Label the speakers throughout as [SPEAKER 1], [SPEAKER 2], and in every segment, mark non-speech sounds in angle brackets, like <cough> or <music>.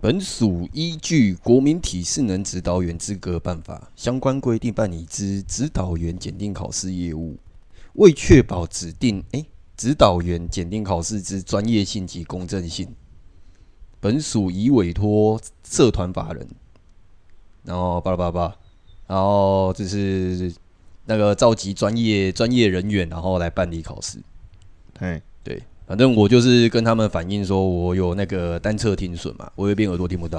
[SPEAKER 1] 本署依据《国民体适能指导员资格办法》相关规定办理之指导员检定考试业务，为确保指定诶、指导员检定考试之专业性及公正性，本署已委托社团法人，然后巴拉巴拉巴拉，然后就是那个召集专业专业人员，然后来办理考试。
[SPEAKER 2] 嘿，
[SPEAKER 1] 对，反正我就是跟他们反映说，我有那个单侧听损嘛，我有一边耳朵听不到。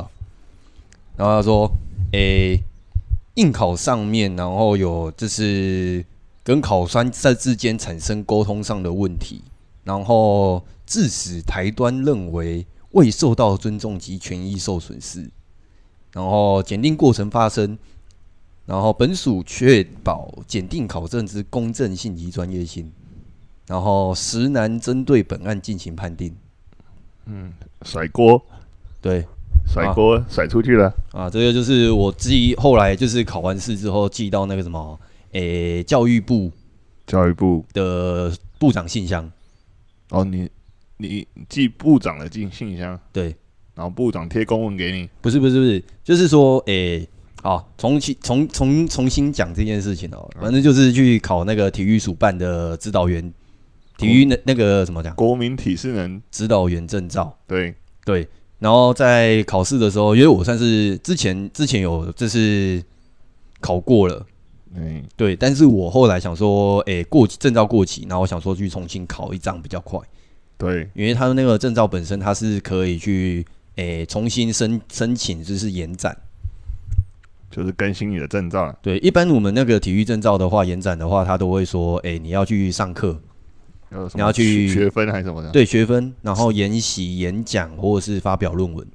[SPEAKER 1] 然后他说，诶、应考上面，然后有就是跟考生在之间产生沟通上的问题，然后致使台端认为未受到尊重及权益受损失，然后检定过程发生。然后本署确保检定考证之公正性及专业性，然后实南针对本案进行判定。
[SPEAKER 2] 甩锅，
[SPEAKER 1] 对
[SPEAKER 2] 甩锅，甩出去了。
[SPEAKER 1] 啊，这个就是我自己后来就是考完试之后寄到那个什么，诶、教育部
[SPEAKER 2] 教育部，
[SPEAKER 1] 的部长信箱。
[SPEAKER 2] 哦，你你寄部长的信信箱，
[SPEAKER 1] 对，
[SPEAKER 2] 然后部长贴公文给你。
[SPEAKER 1] 不是不是不是，就是说，诶、好，重新重重重新讲这件事情哦，反正就是去考那个体育署办的指导员，体育那那个怎么讲，
[SPEAKER 2] 国民体适能，
[SPEAKER 1] 指导员证照。
[SPEAKER 2] 对，
[SPEAKER 1] 对，然后在考试的时候，因为我算是之前之前有就是考过了。
[SPEAKER 2] 嗯，
[SPEAKER 1] 对，但是我后来想说，诶、过期证照过期，然后我想说去重新考一张比较快，
[SPEAKER 2] 对，
[SPEAKER 1] 因为他那个证照本身它是可以去诶、重新申申请，就是延展。
[SPEAKER 2] 就是更新你的证照啊了，
[SPEAKER 1] 对，一般我们那个体育证照的话，延展的话，他都会说，诶、你要去上课，
[SPEAKER 2] 有什么
[SPEAKER 1] 你要去
[SPEAKER 2] 学学分还是什么的？
[SPEAKER 1] 对学分，然后研习、演讲或者是发表论文，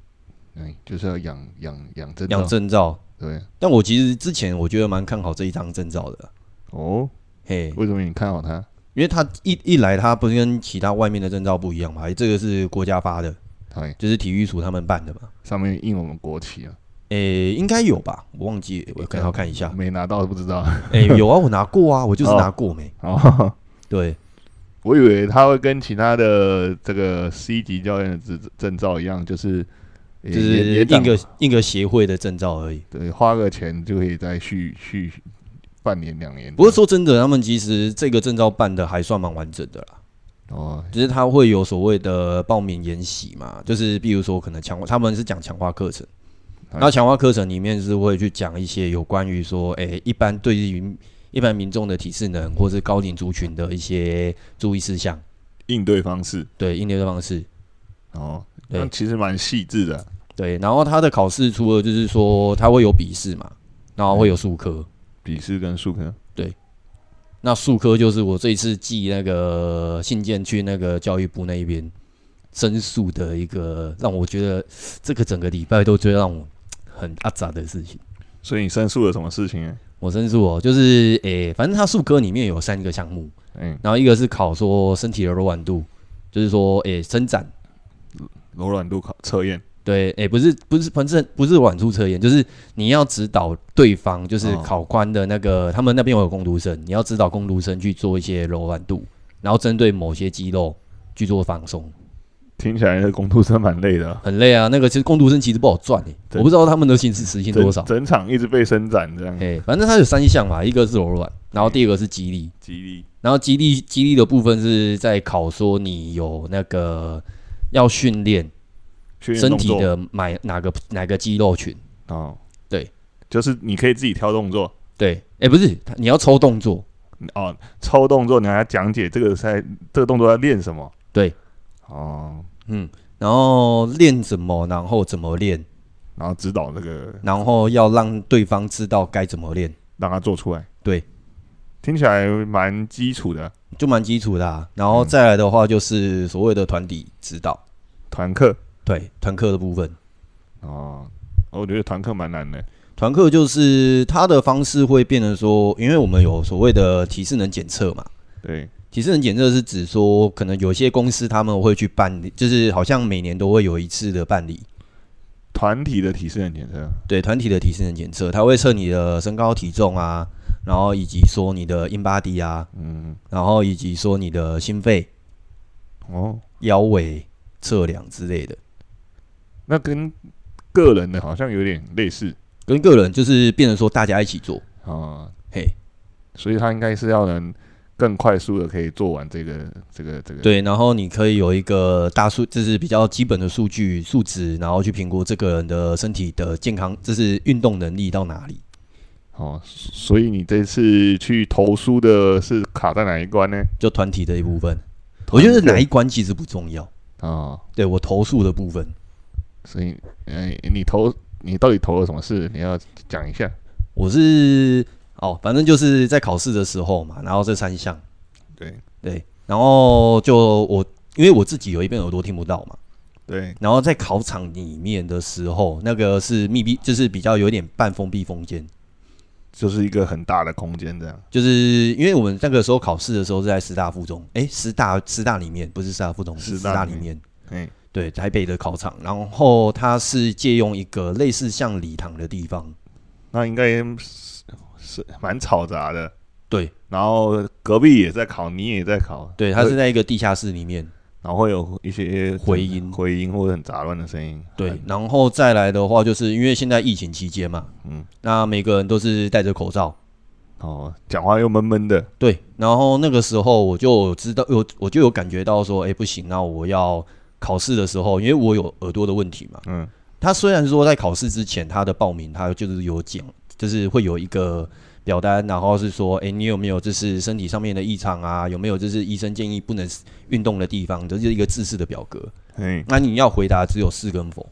[SPEAKER 2] 对，就是要养养养证照
[SPEAKER 1] 养，证照。
[SPEAKER 2] 对，
[SPEAKER 1] 但我其实之前我觉得蛮看好这一张证照的，
[SPEAKER 2] 哦，
[SPEAKER 1] 嘿，
[SPEAKER 2] 为什么你看好它？
[SPEAKER 1] 因为它一一来，它不是跟其他外面的证照不一样嘛，这个是国家发的，
[SPEAKER 2] 对，
[SPEAKER 1] 就是体育署他们办的嘛。
[SPEAKER 2] 上面印我们国旗啊，
[SPEAKER 1] 诶、应该有吧，我忘记了，我可能要看一下。
[SPEAKER 2] 没拿到不知道。 <laughs>
[SPEAKER 1] 诶、有啊，我拿过啊，我就是
[SPEAKER 2] 哦
[SPEAKER 1] 拿过没。
[SPEAKER 2] 哦，
[SPEAKER 1] 对，
[SPEAKER 2] 我以为他会跟其他的这个 C 级教练的执证照一样，就是也
[SPEAKER 1] 就是
[SPEAKER 2] 也
[SPEAKER 1] 印
[SPEAKER 2] 长
[SPEAKER 1] 个印个协会的证照而已。
[SPEAKER 2] 对，花个钱就可以再续续半年两年。
[SPEAKER 1] 不过说真的，他们其实这个证照办的还算蛮完整的啦，
[SPEAKER 2] 哦，
[SPEAKER 1] 只是他会有所谓的报名研习嘛，就是比如说可能强化，他们是讲强化课程，
[SPEAKER 2] 哎
[SPEAKER 1] 然后强化课程里面是会去讲一些有关于说，诶、一般对于一般民众的体适能或是高龄族群的一些注意事项，
[SPEAKER 2] 应对方式
[SPEAKER 1] 对应对的方式。
[SPEAKER 2] 哦，
[SPEAKER 1] 对
[SPEAKER 2] 那其实蛮细致的。啊
[SPEAKER 1] 对，然后他的考试除了就是说他会有笔试嘛，然后会有数科。
[SPEAKER 2] 笔试跟数科，
[SPEAKER 1] 那数科就是我这一次寄那个信件去那个教育部那一边申诉的一个，让我觉得这个整个礼拜都觉得让我很阿杂的事情。
[SPEAKER 2] 所以你申诉了什么事情？
[SPEAKER 1] 我申诉哦，就是诶、反正他数科里面有三个项目，
[SPEAKER 2] 嗯，
[SPEAKER 1] 然后一个是考说身体的柔软度，就是说诶、伸展，
[SPEAKER 2] 柔软度考测验，
[SPEAKER 1] 对，诶、不是不是，反正不是软处测验，就是你要指导对方，就是
[SPEAKER 2] 哦
[SPEAKER 1] 考官的那个，他们那边有攻读生，你要指导攻读生去做一些柔软度，然后针对某些肌肉去做放松，
[SPEAKER 2] 听起来这工读生蛮累的啊，
[SPEAKER 1] 很累啊。那个其实攻读生其实不好赚诶、
[SPEAKER 2] 对
[SPEAKER 1] 我不知道他们的薪资时薪多少
[SPEAKER 2] 整。整场一直被伸展这样，
[SPEAKER 1] 诶、反正它有三项嘛，一个是柔软，然后第二个是肌力，
[SPEAKER 2] 激励
[SPEAKER 1] 然后肌力肌力的部分是在考说你有那个要训练
[SPEAKER 2] 训练
[SPEAKER 1] 身
[SPEAKER 2] 动
[SPEAKER 1] 体
[SPEAKER 2] 作
[SPEAKER 1] 的买哪个哪个肌肉群，
[SPEAKER 2] 哦，
[SPEAKER 1] 对，
[SPEAKER 2] 就是你可以自己挑动作。
[SPEAKER 1] 对，诶、不是，你要抽动作。
[SPEAKER 2] 哦，抽动作你还要讲解这个在这个动作要练什么？
[SPEAKER 1] 对，
[SPEAKER 2] 哦，
[SPEAKER 1] 嗯，然后练怎么，然后怎么练，
[SPEAKER 2] 然后指导这个
[SPEAKER 1] 然后要让对方知道该怎么练，
[SPEAKER 2] 让他做出来。
[SPEAKER 1] 对，
[SPEAKER 2] 听起来蛮基础的
[SPEAKER 1] 就蛮基础的啊、然后再来的话就是所谓的团体指导，
[SPEAKER 2] 团课
[SPEAKER 1] 对团课的部分，
[SPEAKER 2] 哦，哦我觉得团课蛮难的。
[SPEAKER 1] 团课就是它的方式会变成说，因为我们有所谓的体适能检测嘛。
[SPEAKER 2] 对，
[SPEAKER 1] 体适能检测是指说，可能有些公司他们会去办理，就是好像每年都会有一次的办理，
[SPEAKER 2] 团体的体适能检测，
[SPEAKER 1] 对团体的体适能检测，它会测你的身高体重啊，然后以及说你的 in body 啊，
[SPEAKER 2] 嗯，
[SPEAKER 1] 然后以及说你的心肺、
[SPEAKER 2] 哦，
[SPEAKER 1] 腰围测量之类的。
[SPEAKER 2] 那跟个人的好像有点类似
[SPEAKER 1] 跟个人就是变成说大家一起做，
[SPEAKER 2] 啊，
[SPEAKER 1] 嘿，
[SPEAKER 2] 所以他应该是要能更快速的可以做完这个这个这个。
[SPEAKER 1] 对，然后你可以有一个大数，这是比较基本的数据数值，然后去评估这个人的身体的健康，这是运动能力到哪里。
[SPEAKER 2] 哦，所以你这次去投书的是卡在哪一关呢？
[SPEAKER 1] 就团体的一部分，我觉得哪一关其实不重要。
[SPEAKER 2] 啊、哦？
[SPEAKER 1] 对我投诉的部分，
[SPEAKER 2] 所以，哎、你投你到底投了什么事？你要讲一下。
[SPEAKER 1] 我是哦，反正就是在考试的时候嘛，然后这三项，
[SPEAKER 2] 对
[SPEAKER 1] 对，然后就我因为我自己有一边耳朵听不到嘛，
[SPEAKER 2] 对，
[SPEAKER 1] 然后在考场里面的时候，那个是密闭，就是比较有点半封闭空间，
[SPEAKER 2] 就是一个很大的空间这样。
[SPEAKER 1] 就是因为我们那个时候考试的时候是在师大附中，诶，师大师大里面不是师大附中，是
[SPEAKER 2] 师
[SPEAKER 1] 师
[SPEAKER 2] 大
[SPEAKER 1] 大
[SPEAKER 2] 里
[SPEAKER 1] 里面，
[SPEAKER 2] 哎、
[SPEAKER 1] 对，台北的考场，然后它是借用一个类似像礼堂的地方，
[SPEAKER 2] 那应该是是蛮嘈杂的。
[SPEAKER 1] 对
[SPEAKER 2] 然后隔壁也在考，你也在考，
[SPEAKER 1] 对，它是
[SPEAKER 2] 会，
[SPEAKER 1] 在一个地下室里面，
[SPEAKER 2] 然后会有一些
[SPEAKER 1] 回音
[SPEAKER 2] 回音或者很杂乱的声音。
[SPEAKER 1] 对
[SPEAKER 2] 很，，
[SPEAKER 1] 然后再来的话，就是因为现在疫情期间嘛，
[SPEAKER 2] 嗯，
[SPEAKER 1] 那每个人都是戴着口罩，
[SPEAKER 2] 哦，讲话又闷闷的，
[SPEAKER 1] 对，然后那个时候我就知道有，我就有感觉到说，哎，不行，那我要考试的时候，因为我有耳朵的问题嘛，
[SPEAKER 2] 嗯，
[SPEAKER 1] 他虽然说在考试之前他的报名，他就是有讲，就是会有一个表单，然后是说，哎、你有没有就是身体上面的异常啊？有没有就是医生建议不能运动的地方？这就是一个自式的表格。
[SPEAKER 2] 嘿，
[SPEAKER 1] 那你要回答只有是跟否，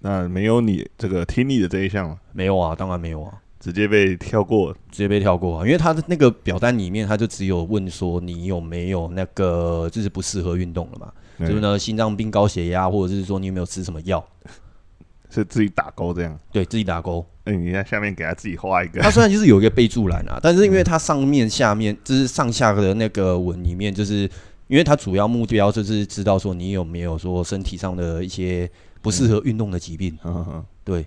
[SPEAKER 2] 那没有你这个听力的这一项嘛，
[SPEAKER 1] 没有啊，当然没有啊，
[SPEAKER 2] 直接被跳过。
[SPEAKER 1] 直接被跳过啊，因为他的那个表单里面他就只有问说你有没有那个就是不适合运动了嘛，
[SPEAKER 2] 嗯
[SPEAKER 1] 就是呢心脏病、高血压，或者是说你有没有吃什么药，
[SPEAKER 2] 是自己打勾这样。
[SPEAKER 1] 对自己打勾。
[SPEAKER 2] 哎、你在下面给他自己画一个
[SPEAKER 1] 它虽然就是有一个备注栏啊，但是因为它上面、下面就是上下的那个文里面，就是因为它主要目标就是知道说你有没有说身体上的一些不适合运动的疾病，
[SPEAKER 2] 呵呵呵
[SPEAKER 1] 对，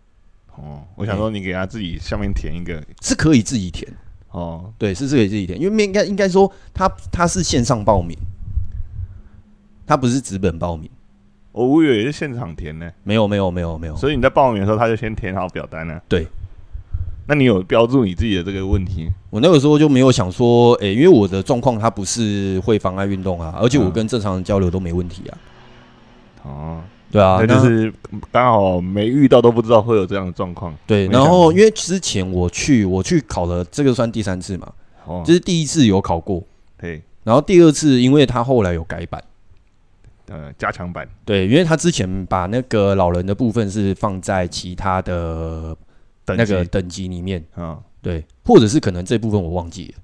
[SPEAKER 2] <laughs> 哦，我想说你给他自己下面填一个
[SPEAKER 1] 是可以自己填，
[SPEAKER 2] 哦，
[SPEAKER 1] 对，是可以自己填，因为应该应该说它它是线上报名，它不是纸本报名，
[SPEAKER 2] 我我以为是现场填呢，
[SPEAKER 1] 没有没有没有没有，
[SPEAKER 2] 所以你在报名的时候他就先填好表单了。
[SPEAKER 1] 哦对，
[SPEAKER 2] 那你有标注你自己的这个问题？
[SPEAKER 1] 我那个时候就没有想说，诶、因为我的状况它不是会妨碍运动啊，而且我
[SPEAKER 2] 嗯
[SPEAKER 1] 跟正常人交流都没问题啊，
[SPEAKER 2] 哦，
[SPEAKER 1] 对啊，
[SPEAKER 2] 那就是刚好没遇到都不知道会有这样的状况。
[SPEAKER 1] 对，
[SPEAKER 2] 没想
[SPEAKER 1] 然后
[SPEAKER 2] 到
[SPEAKER 1] 因为之前我去我去考了，这个算第三次嘛，
[SPEAKER 2] 哦，
[SPEAKER 1] 就是第一次有考过，
[SPEAKER 2] 对，
[SPEAKER 1] 然后第二次因为他后来有改版，
[SPEAKER 2] 呃，加强版
[SPEAKER 1] 对，因为他之前把那个老人的部分是放在其他的
[SPEAKER 2] 等
[SPEAKER 1] 那
[SPEAKER 2] 级
[SPEAKER 1] 个等级里面，
[SPEAKER 2] 啊，
[SPEAKER 1] 对，或者是可能这部分我忘记了，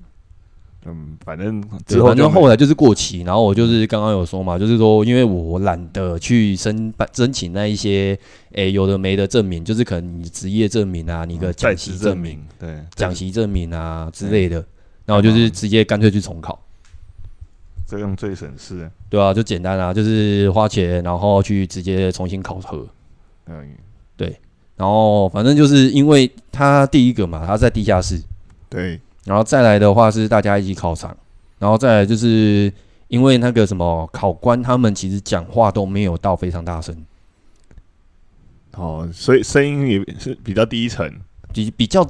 [SPEAKER 2] 嗯，反正
[SPEAKER 1] 对
[SPEAKER 2] 之后
[SPEAKER 1] 反
[SPEAKER 2] 就
[SPEAKER 1] 正
[SPEAKER 2] 没
[SPEAKER 1] 后来就是过期，然后我就是刚刚有说嘛，就是说因为我懒得去申办申请那一些，诶、有的没的证明，就是可能你职业证明啊，你的
[SPEAKER 2] 嗯在
[SPEAKER 1] 讲
[SPEAKER 2] 职
[SPEAKER 1] 习
[SPEAKER 2] 证
[SPEAKER 1] 证明。
[SPEAKER 2] 明，对，嗯
[SPEAKER 1] 讲习证明啊之类的，然后就是直接干脆去重考，
[SPEAKER 2] 这样最省事。
[SPEAKER 1] 对啊，就简单啊，就是花钱，然后去直接重新考核，
[SPEAKER 2] 嗯，
[SPEAKER 1] 然后反正就是因为他第一个嘛，他在地下室，
[SPEAKER 2] 对，
[SPEAKER 1] 然后再来的话是大家一起考场，然后再来就是因为那个什么考官他们其实讲话都没有到非常大声，
[SPEAKER 2] 哦，所以
[SPEAKER 1] 嗯
[SPEAKER 2] 声音也是比较低沉。
[SPEAKER 1] 比比较。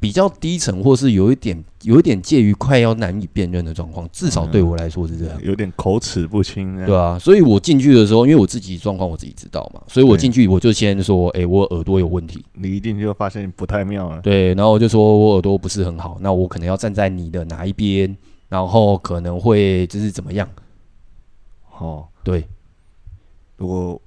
[SPEAKER 1] 比较低沉，或是有一点有一点介于快要难以辨认的状况，至少对我来说是这样。
[SPEAKER 2] 有点口齿不清这样。
[SPEAKER 1] 嗯对啊，所以我进去的时候，因为我自己状况我自己知道嘛，所以我进去我就先说，哎、我耳朵有问题，
[SPEAKER 2] 你一定就发现不太妙了。
[SPEAKER 1] 对，然后我就说我耳朵不是很好，那我可能要站在你的哪一边，然后可能会就是怎么样，
[SPEAKER 2] 哦，
[SPEAKER 1] 对，
[SPEAKER 2] 我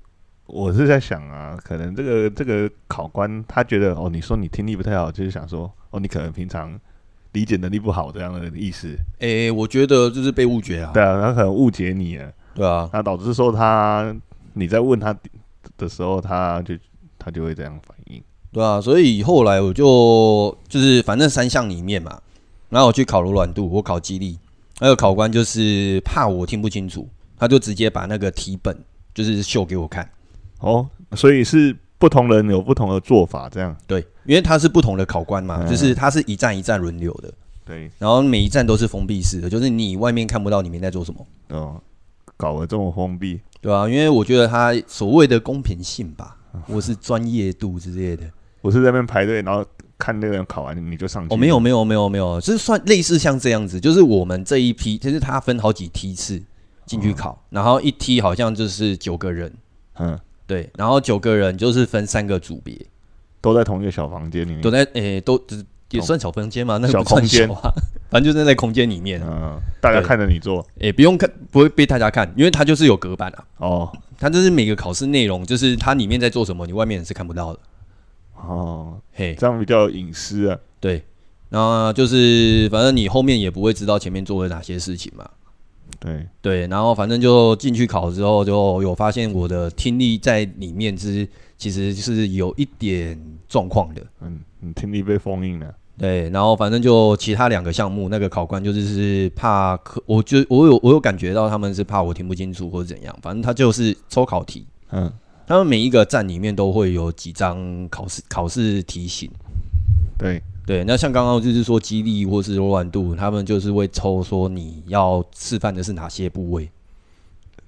[SPEAKER 2] 我是在想啊，可能这个这个考官他觉得哦，你说你听力不太好，就是想说哦，你可能平常理解能力不好这样的意思。
[SPEAKER 1] 哎、我觉得就是被误解啊
[SPEAKER 2] 对啊，他可能误解你了，
[SPEAKER 1] 对啊，
[SPEAKER 2] 那导致说他你在问他的时候，他就他就会这样反应。
[SPEAKER 1] 对啊，所以后来我就就是反正三项里面嘛，然后我去考柔软度，我考肌力，那个考官就是怕我听不清楚，他就直接把那个题本就是秀给我看。
[SPEAKER 2] 哦，所以是不同人有不同的做法，这样
[SPEAKER 1] 对，因为他是不同的考官嘛，
[SPEAKER 2] 嗯
[SPEAKER 1] 就是他是一站一站轮流的，
[SPEAKER 2] 对
[SPEAKER 1] 然后每一站都是封闭式的，就是你外面看不到里面在做什么，
[SPEAKER 2] 哦，搞得这么封闭
[SPEAKER 1] 对啊，因为我觉得他所谓的公平性吧，我是专业度之类的。
[SPEAKER 2] 我是在那边排队，然后看那个人考完你就上去。
[SPEAKER 1] 哦，没有，没有没有没有，就是算类似像这样子，就是我们这一批，就是它分好几梯次进去考，然后一梯好像就是九个人，
[SPEAKER 2] 嗯，
[SPEAKER 1] 对，然后九个人就是分三个组别，
[SPEAKER 2] 都在同一个小房间里面。
[SPEAKER 1] 都在诶、都只也算小房间嘛，那个
[SPEAKER 2] 嗯小
[SPEAKER 1] 不算
[SPEAKER 2] 空间
[SPEAKER 1] 小啊， <laughs> 反正就是在空间里面，
[SPEAKER 2] 嗯，大家
[SPEAKER 1] 对
[SPEAKER 2] 看着你做
[SPEAKER 1] 诶、不用看，不会被大家看，因为它就是有隔板啊，
[SPEAKER 2] 哦
[SPEAKER 1] 它就是每个考试内容，就是它里面在做什么，你外面人是看不到的，
[SPEAKER 2] 哦，
[SPEAKER 1] 嘿，
[SPEAKER 2] 这样比较有隐私啊。
[SPEAKER 1] 对，那就是反正你后面也不会知道前面做了哪些事情嘛，
[SPEAKER 2] 对，
[SPEAKER 1] 对，然后反正就进去考之后，就有发现我的听力在里面之其实是有一点状况的。
[SPEAKER 2] 嗯，你听力被封印了。
[SPEAKER 1] 对，然后反正就其他两个项目，那个考官就是是怕可，我就我有我有感觉到他们是怕我听不清楚或者怎样，反正他就是抽考题，
[SPEAKER 2] 嗯，
[SPEAKER 1] 他们每一个站里面都会有几张考试考试题型。
[SPEAKER 2] 对，
[SPEAKER 1] 对，那像刚刚就是说肌力或是柔软度，他们就是会抽说你要示范的是哪些部位，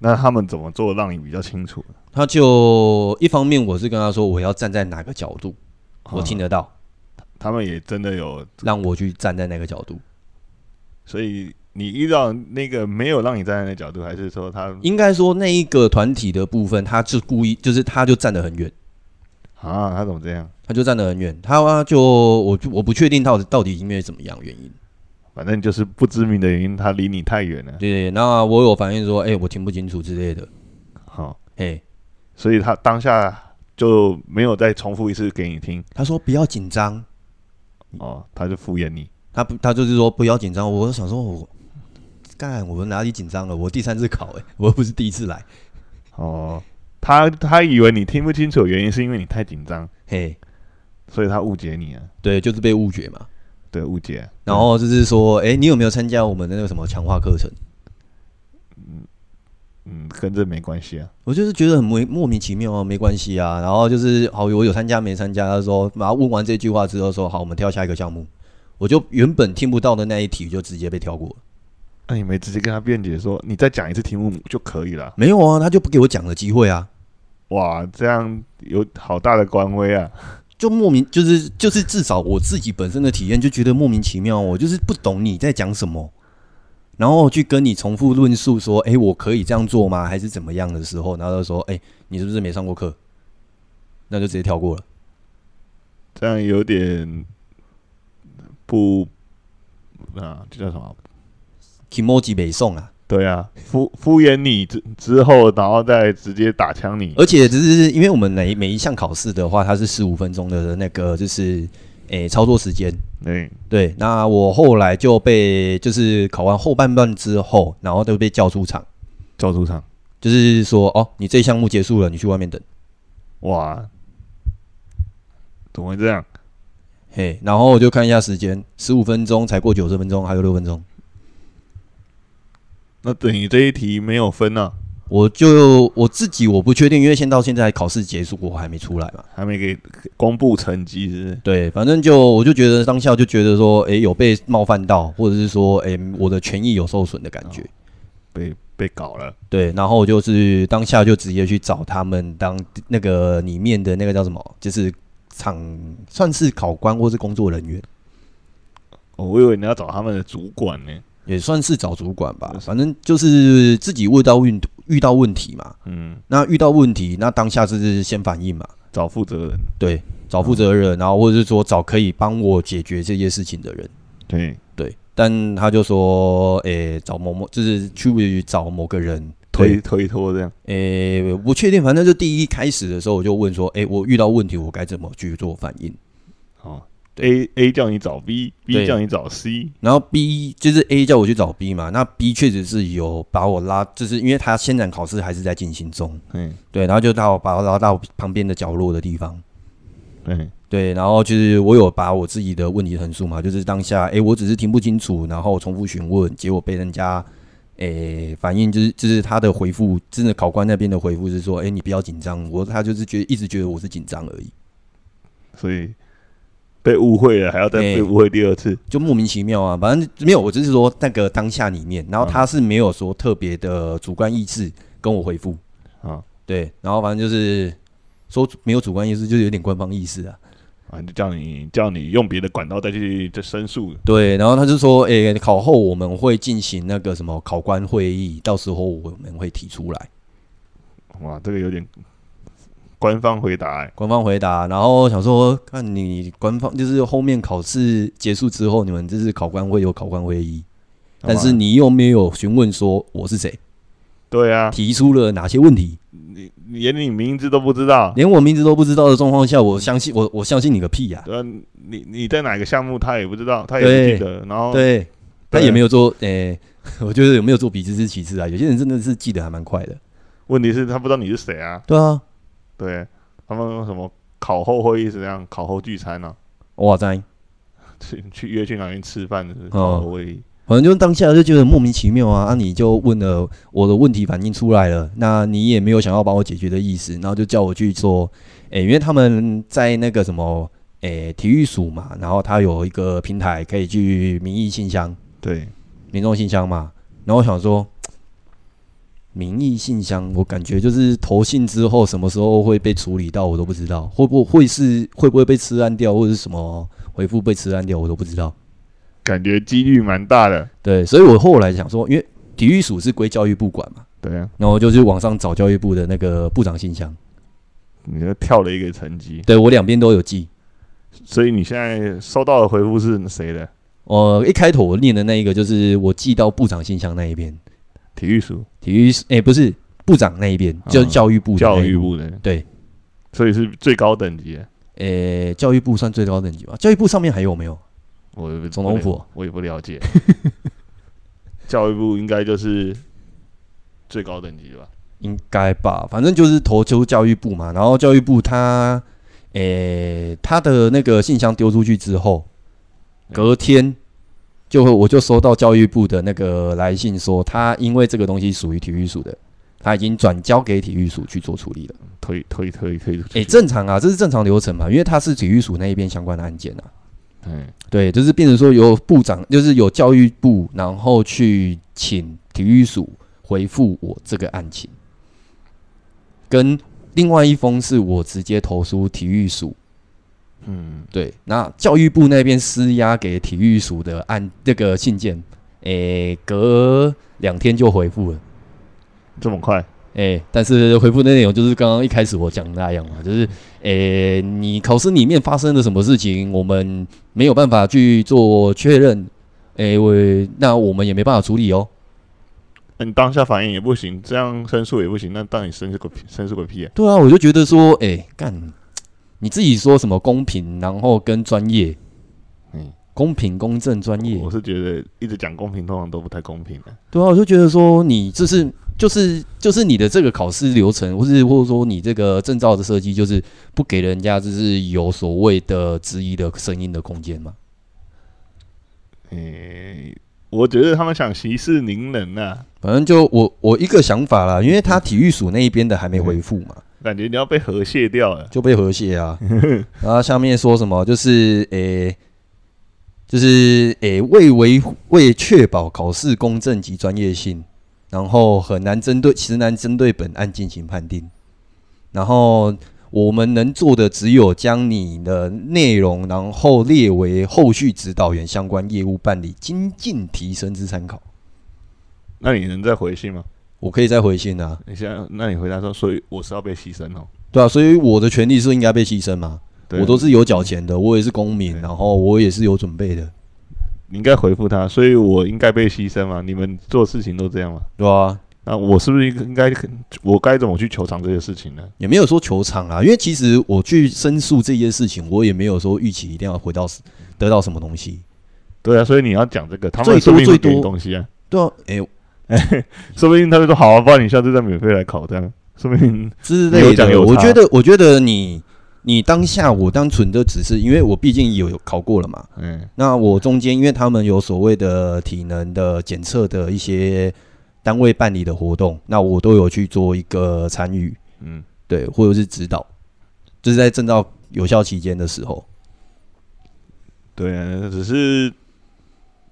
[SPEAKER 2] 那他们怎么做让你比较清楚？
[SPEAKER 1] 他就一方面我是跟他说我要站在哪个角度，我听
[SPEAKER 2] 了，
[SPEAKER 1] 得到，
[SPEAKER 2] 哦他们也真的有，
[SPEAKER 1] 让我去站在那个角度。
[SPEAKER 2] 所以你遇到那个没有让你站在那角度，还是说他
[SPEAKER 1] 应该说那一个团体的部分，他是故意，就是他就站得很远，
[SPEAKER 2] 啊，他怎么这样？
[SPEAKER 1] 他就站得很远，他就我就我不确定到底到底因为怎么样原因。
[SPEAKER 2] 反正就是不知名的原因，他离你太远了。
[SPEAKER 1] 对，那我有反映说，哎、我听不清楚之类的，
[SPEAKER 2] 好、
[SPEAKER 1] 哎、
[SPEAKER 2] 哦所以他当下就没有再重复一次给你听
[SPEAKER 1] 他说不要紧张，
[SPEAKER 2] 哦，他就敷衍你。
[SPEAKER 1] 他不他就是说不要紧张，我想说我。干，我哪里紧张了？我第三次考、哎，我又不是第一次来，
[SPEAKER 2] 哦，他他以为你听不清楚，原因是因为你太紧张，
[SPEAKER 1] 嘿，
[SPEAKER 2] 所以他误解你啊，
[SPEAKER 1] 对，就是被误解嘛。
[SPEAKER 2] 对，误解。
[SPEAKER 1] 然后就是说，哎、你有没有参加我们的那个什么强化课程？
[SPEAKER 2] 嗯，跟这没关系啊。
[SPEAKER 1] 我就是觉得很莫莫名其妙啊，没关系啊。然后就是好，我有参加没参加？他说，然后问完这句话之后说，好，我们跳下一个项目。我就原本听不到的那一题就直接被跳过了。
[SPEAKER 2] 那、你没直接跟他辩解说，你再讲一次题目就可以了。
[SPEAKER 1] 没有啊，他就不给我讲的机会啊，
[SPEAKER 2] 哇，这样有好大的官威啊！
[SPEAKER 1] 就莫名就是就是至少我自己本身的体验就觉得莫名其妙，哦我就是不懂你在讲什么。然后去跟你重复论述说，哎、我可以这样做吗？还是怎么样的时候，然后他就说，哎、你是不是没上过课？那就直接跳过了。
[SPEAKER 2] 这样有点不啊，这叫什么？
[SPEAKER 1] Kimoji 北宋啊，
[SPEAKER 2] 对啊，敷敷衍你之之后，然后再直接打枪你。
[SPEAKER 1] 而且只是因为我们每每一项考试的话，它是十五分钟的那个就是诶、操作时间。
[SPEAKER 2] 对，
[SPEAKER 1] 对，那我后来就被就是考完后半段之后，然后就被叫出场，
[SPEAKER 2] 赵出场。
[SPEAKER 1] 就是说哦，你这项目结束了，你去外面等。
[SPEAKER 2] 哇，怎么会这样？
[SPEAKER 1] 嘿，然后我就看一下时间，十五分钟才过九十分钟，还有六分钟，
[SPEAKER 2] 那等于这一题没有分啊，
[SPEAKER 1] 我就我自己我不确定，因为现到现在考试结束我还没出来嘛。
[SPEAKER 2] 还没给公布成绩是不是？
[SPEAKER 1] 对，反正就我就觉得当下就觉得说，诶、有被冒犯到，或者是说，诶、我的权益有受损的感觉。
[SPEAKER 2] 被被搞了，
[SPEAKER 1] 对，然后我就是当下就直接去找他们当那个里面的那个叫什么，就是厂算是考官或是工作人员，
[SPEAKER 2] 哦、我以为你要找他们的主管呢。
[SPEAKER 1] 也算是找主管吧
[SPEAKER 2] 就，是
[SPEAKER 1] 反正就是自己遇到问遇到问题嘛。
[SPEAKER 2] 嗯，
[SPEAKER 1] 那遇到问题，那当下就是先反应嘛，
[SPEAKER 2] 找负责人。
[SPEAKER 1] 对，找负责人，然后或者是说找可以帮我解决这些事情的人，
[SPEAKER 2] 对，
[SPEAKER 1] 对。但他就说，诶、找某某，就是去找某个人
[SPEAKER 2] 推推脱这样。
[SPEAKER 1] 诶、呃我不确定，反正就第一开始的时候，我就问说，诶、我遇到问题，我该怎么去做反应？
[SPEAKER 2] 哦，A A 叫你找 B，B
[SPEAKER 1] 对
[SPEAKER 2] 叫你找 C。
[SPEAKER 1] 然后 B 就是 A 叫我去找 B 嘛，那 B 确实是有把我拉，就是因为他现在考试还是在进行中，
[SPEAKER 2] 嗯，
[SPEAKER 1] 对，然后就把我把我拉到旁边的角落的地方，
[SPEAKER 2] 对，
[SPEAKER 1] 对，然后就是我有把我自己的问题陈述嘛，就是当下，诶、我只是听不清楚，然后重复询问，结果被人家。诶、反应就是就是他的回复，真的考官那边的回复是说，诶、你不要紧张，我他就是觉得一直觉得我是紧张而已。
[SPEAKER 2] 所以被误会了，还要再被
[SPEAKER 1] 哎
[SPEAKER 2] 误会第二次。
[SPEAKER 1] 就莫名其妙啊，反正没有，我只是说那个当下里面，然后他是没有说特别的主观意志跟我回复，
[SPEAKER 2] 啊，
[SPEAKER 1] 对，然后反正就是说没有主观意识，就是有点官方意识啊。
[SPEAKER 2] 啊，就叫你叫你用别的管道再去再申诉，
[SPEAKER 1] 对，然后他就说，诶、考后我们会进行那个什么考官会议，到时候我们会提出来
[SPEAKER 2] 哇，这个有点官方回答、欸，
[SPEAKER 1] 官方回答。然后想说，看你官方就是后面考试结束之后，你们这是考官会有考官会议，但是
[SPEAKER 2] 好吧
[SPEAKER 1] 你又没有询问说我是谁，
[SPEAKER 2] 对啊，
[SPEAKER 1] 提出了哪些问题，
[SPEAKER 2] 你你连你名字都不知道，
[SPEAKER 1] 连我名字都不知道的状况下，我相信我我相信你个屁呀、
[SPEAKER 2] 对啊，你你在哪个项目他也不知道，他也不记得，然后
[SPEAKER 1] 对，他
[SPEAKER 2] 对
[SPEAKER 1] 也没有做，诶、 <laughs> 我觉得有没有做比之是其次啊，有些人真的是记得还蛮快的。
[SPEAKER 2] 问题是他不知道你是谁啊，
[SPEAKER 1] 对啊，
[SPEAKER 2] 对他们有什么考后会议是这样，考后聚餐啊，
[SPEAKER 1] 哇塞，
[SPEAKER 2] 去 <laughs> 去约去哪边吃饭是不是
[SPEAKER 1] 哦
[SPEAKER 2] 考后会议，
[SPEAKER 1] 反正就当下就觉得莫名其妙啊！啊，你就问了我的问题，反映出来了，那你也没有想要帮我解决的意思，然后就叫我去做，诶、因为他们在那个什么，诶、体育署嘛，然后他有一个平台可以去民意信箱、
[SPEAKER 2] 对，
[SPEAKER 1] 民众信箱嘛，然后我想说，民意信箱，我感觉就是投信之后什么时候会被处理到，我都不知道，会不会是会不会被吃案掉，或者是什么回复被吃案掉，我都不知道。
[SPEAKER 2] 感觉几率蛮大的，
[SPEAKER 1] 对，所以我后来想说，因为体育署是归教育部管嘛，
[SPEAKER 2] 对啊，
[SPEAKER 1] 然后我就去网上找教育部的那个部长信箱，
[SPEAKER 2] 你就跳了一个层级，
[SPEAKER 1] 对我两边都有记。
[SPEAKER 2] 所以你现在收到的回复是谁的？
[SPEAKER 1] 我、呃一开头我念的那一个就是我寄到部长信箱那一边，
[SPEAKER 2] 体育署
[SPEAKER 1] 体育诶、不是部长那一边，就是
[SPEAKER 2] 嗯
[SPEAKER 1] 教育部的那
[SPEAKER 2] 教
[SPEAKER 1] 一
[SPEAKER 2] 育部的，
[SPEAKER 1] 对，
[SPEAKER 2] 所以是最高等级的，
[SPEAKER 1] 诶、呃教育部算最高等级吧？教育部上面还有没有？
[SPEAKER 2] 我也不
[SPEAKER 1] 总统府
[SPEAKER 2] 我也不了
[SPEAKER 1] <laughs>
[SPEAKER 2] 解，教育部应该就是最高等级吧？
[SPEAKER 1] 应该吧，反正就是投求教育部嘛。然后教育部他，诶、他的那个信箱丢出去之后，
[SPEAKER 2] 嗯
[SPEAKER 1] 隔天就会我就收到教育部的那个来信说，他因为这个东西属于体育署的，他已经转交给体育署去做处理了。
[SPEAKER 2] 推推推推出去，
[SPEAKER 1] 诶、正常啊，这是正常流程嘛，因为他是体育署那一边相关的案件啊。
[SPEAKER 2] 嗯，
[SPEAKER 1] 对，就是变成说由部长，就是有教育部，然后去请体育署回复我这个案情，跟另外一封是我直接投诉体育署。
[SPEAKER 2] 嗯，
[SPEAKER 1] 对，那教育部那边施压给体育署的案那个信件，诶、隔两天就回复了。
[SPEAKER 2] 这么快？
[SPEAKER 1] 诶、哎但是回复的内容就是刚刚一开始我讲的那样嘛，就是诶、你考试里面发生了什么事情，我们没有办法去做确认，诶、我那我们也没办法处理哦。
[SPEAKER 2] 那你当下反应也不行，这样申诉也不行，那当你申诉个屁，申诉个屁啊！
[SPEAKER 1] 对啊，我就觉得说，诶、干你自己说什么公平，然后跟专业，
[SPEAKER 2] 嗯，
[SPEAKER 1] 公平、公正、专业
[SPEAKER 2] 我，是觉得一直讲公平，通常都不太公平的。
[SPEAKER 1] 对啊，我就觉得说你这是就是就是你的这个考试流程，或是或者说你这个证照的设计，就是不给人家就是有所谓的质疑的声音的空间嘛。
[SPEAKER 2] 诶、我觉得他们想息事宁人呐、啊，
[SPEAKER 1] 反正就我我一个想法啦，因为他体育署那一边的还没回复嘛，
[SPEAKER 2] 感觉你要被和谐掉了。
[SPEAKER 1] 就被和谐
[SPEAKER 2] <laughs>
[SPEAKER 1] 啊。然后下面说什么就是诶、就是诶、为维护为确保考试公正及专业性，然后很难针对实难针对本案进行判定。然后我们能做的只有将你的内容，然后列为后续指导员相关业务办理精进提升之参考。
[SPEAKER 2] 那你能再回信吗？
[SPEAKER 1] 我可以再回信啊。
[SPEAKER 2] 你现在，那你回答说，所以我是要被牺牲哦。
[SPEAKER 1] 对啊，所以我的权利是应该被牺牲嘛？
[SPEAKER 2] 对啊
[SPEAKER 1] 我都是有缴钱的，我也是公民，
[SPEAKER 2] 对
[SPEAKER 1] 然后我也是有准备的，
[SPEAKER 2] 你应该回复他，所以我应该被牺牲嘛？你们做事情都这样嘛？
[SPEAKER 1] 对啊，
[SPEAKER 2] 那我是不是应该我该怎么去求偿这些事情呢？
[SPEAKER 1] 也没有说球场啊，因为其实我去申诉这些事情，我也没有说预期一定要回到得到什么东西。
[SPEAKER 2] 对啊，所以你要讲这个，他
[SPEAKER 1] 最
[SPEAKER 2] 们说
[SPEAKER 1] 多
[SPEAKER 2] 不定会
[SPEAKER 1] 最多
[SPEAKER 2] 给你东西啊，
[SPEAKER 1] 对啊，诶、
[SPEAKER 2] 说不定他们说好啊，不然你下次再免费来考这样，说不定
[SPEAKER 1] 之
[SPEAKER 2] 有
[SPEAKER 1] 类
[SPEAKER 2] 奖
[SPEAKER 1] 的。
[SPEAKER 2] 有
[SPEAKER 1] 我
[SPEAKER 2] 差
[SPEAKER 1] 觉得，我觉得你你当下我单纯的只是因为我毕竟有有考过了嘛，
[SPEAKER 2] 嗯
[SPEAKER 1] 那我中间因为他们有所谓的体能的检测的一些单位办理的活动，那我都有去做一个参与。
[SPEAKER 2] 嗯，
[SPEAKER 1] 对，或者是指导，就是在证照有效期间的时候，
[SPEAKER 2] 对啊，只是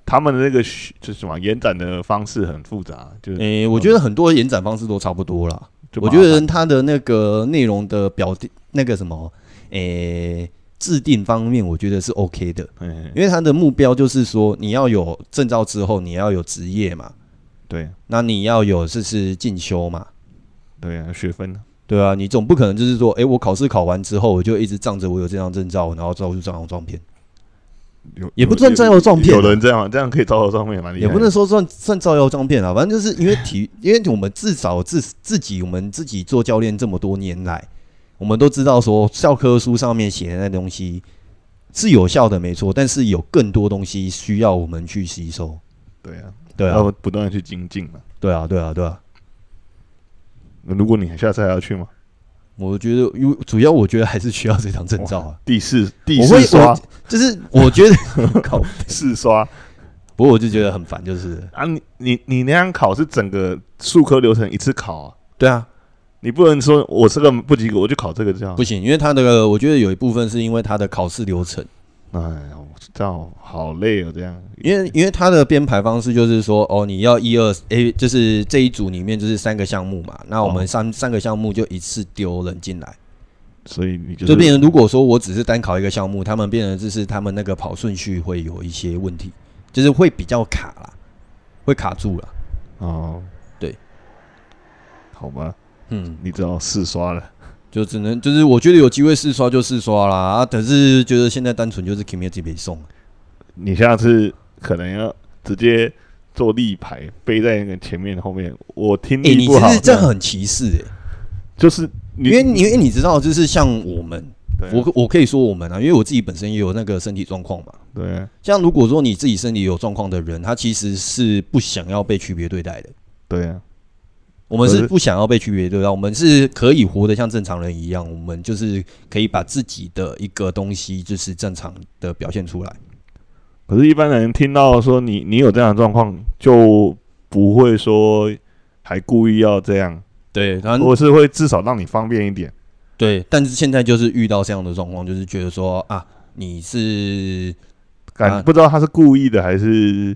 [SPEAKER 2] 他们的那个需就是什么延展的方式很复杂，就是、
[SPEAKER 1] 诶、我觉得很多延展方式都差不多啦。
[SPEAKER 2] 就
[SPEAKER 1] 我
[SPEAKER 2] 麻
[SPEAKER 1] 觉
[SPEAKER 2] 烦
[SPEAKER 1] 得它的那个内容的表那个什么，诶、制定方面，我觉得是 OK 的，
[SPEAKER 2] 嗯，
[SPEAKER 1] 因为他的目标就是说，你要有证照之后，你要有职业嘛，
[SPEAKER 2] 对
[SPEAKER 1] 那你要有就是进修嘛，
[SPEAKER 2] 对啊，学分啊
[SPEAKER 1] 对啊，你总不可能就是说，诶、我考试考完之后，我就一直仗着我有这张证照，然后到处招摇撞骗，
[SPEAKER 2] 有
[SPEAKER 1] 也不
[SPEAKER 2] 有
[SPEAKER 1] 算
[SPEAKER 2] 有
[SPEAKER 1] 招摇撞骗啊
[SPEAKER 2] 有人这样吗，这样可以招摇撞骗，蛮厉害
[SPEAKER 1] 也
[SPEAKER 2] 的。
[SPEAKER 1] 不能说算算招摇撞骗啊，反正就是因为体，因为我们至少自自己我们自己做教练这么多年来，我们都知道说教科书上面写的那东西是有效的，没错，但是有更多东西需要我们去吸收。
[SPEAKER 2] 对啊，
[SPEAKER 1] 对啊，
[SPEAKER 2] 要不断的去精进嘛。
[SPEAKER 1] 对啊，对啊，对啊。
[SPEAKER 2] 如果你下次还要去吗？
[SPEAKER 1] 我觉得，因为主要我觉得还是需要这张证照
[SPEAKER 2] <laughs>
[SPEAKER 1] 啊
[SPEAKER 2] 哇。第四第
[SPEAKER 1] 我
[SPEAKER 2] 四
[SPEAKER 1] 会
[SPEAKER 2] 刷
[SPEAKER 1] 我就是我觉 <laughs> 得考，
[SPEAKER 2] 四刷
[SPEAKER 1] 不过我就觉得很烦，就是
[SPEAKER 2] 啊！你你你那样考是整个数科流程一次考啊，
[SPEAKER 1] 对啊，
[SPEAKER 2] 你不能说我这个不及格我就考这个这样
[SPEAKER 1] 不。行，因为他的我觉得有一部分是因为他的考试流程。
[SPEAKER 2] 哎呀，我这样好累哦，这样
[SPEAKER 1] 因为因为它的编排方式就是说，哦，你要一二诶，就是这一组里面就是三个项目嘛，那我们
[SPEAKER 2] 哦
[SPEAKER 1] 三、三个项目就一次丢人进来，
[SPEAKER 2] 所以你就
[SPEAKER 1] 就是变成如果说我只是单考一个项目，他们变成就是他们那个跑顺序会有一些问题，就是会比较卡啦，会卡住啦。
[SPEAKER 2] 哦，
[SPEAKER 1] 对，
[SPEAKER 2] 好吧，
[SPEAKER 1] 嗯，
[SPEAKER 2] 你只好四刷了。
[SPEAKER 1] 就只能就是我觉得有机会试刷就试刷啦，啊，可是觉得现在单纯就是 Kimi 自己被送，
[SPEAKER 2] 你下次可能要直接做立牌，背在那个前面后面。我听
[SPEAKER 1] 诶、
[SPEAKER 2] 力
[SPEAKER 1] 你
[SPEAKER 2] 不
[SPEAKER 1] 其
[SPEAKER 2] 好，啊
[SPEAKER 1] 实这样很歧视诶、
[SPEAKER 2] 就是你
[SPEAKER 1] 因为因为你知道，就是像我们，
[SPEAKER 2] 对啊
[SPEAKER 1] 我可我可以说我们啊，因为我自己本身也有那个身体状况嘛。
[SPEAKER 2] 对啊
[SPEAKER 1] 像如果说你自己身体有状况的人，他其实是不想要被区别对待的。
[SPEAKER 2] 对啊，
[SPEAKER 1] 我们
[SPEAKER 2] 可
[SPEAKER 1] 是
[SPEAKER 2] 是
[SPEAKER 1] 不想要被区别对待，我们是可以活得像正常人一样，我们就是可以把自己的一个东西就是正常的表现出来。
[SPEAKER 2] 可是，一般人听到说你你有这样的状况，就不会说还故意要这样，
[SPEAKER 1] 对，然后
[SPEAKER 2] 我是会至少让你方便一点。
[SPEAKER 1] 对，但是现在就是遇到这样的状况，就是觉得说啊，你是
[SPEAKER 2] 感、
[SPEAKER 1] 啊
[SPEAKER 2] 不知道他是故意的还是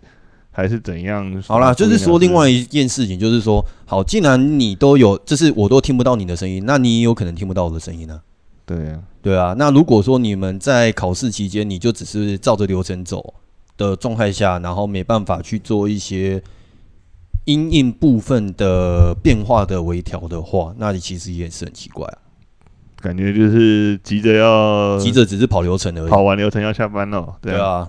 [SPEAKER 2] 还是怎样。
[SPEAKER 1] 好啦，就是说另外
[SPEAKER 2] 一
[SPEAKER 1] 一件事情，就是说，好，既然你都有，就是我都听不到你的声音，那你也有可能听不到我的声音呢、
[SPEAKER 2] 对啊，
[SPEAKER 1] 对啊，那如果说你们在考试期间，你就只是照着流程走的状态下，然后没办法去做一些因应部分的变化的微调的话，那你其实也是很奇怪啊。
[SPEAKER 2] 感觉就是急着要
[SPEAKER 1] 急着只嗯是跑流程而已，
[SPEAKER 2] 跑完流程要下班了。
[SPEAKER 1] 对，啊，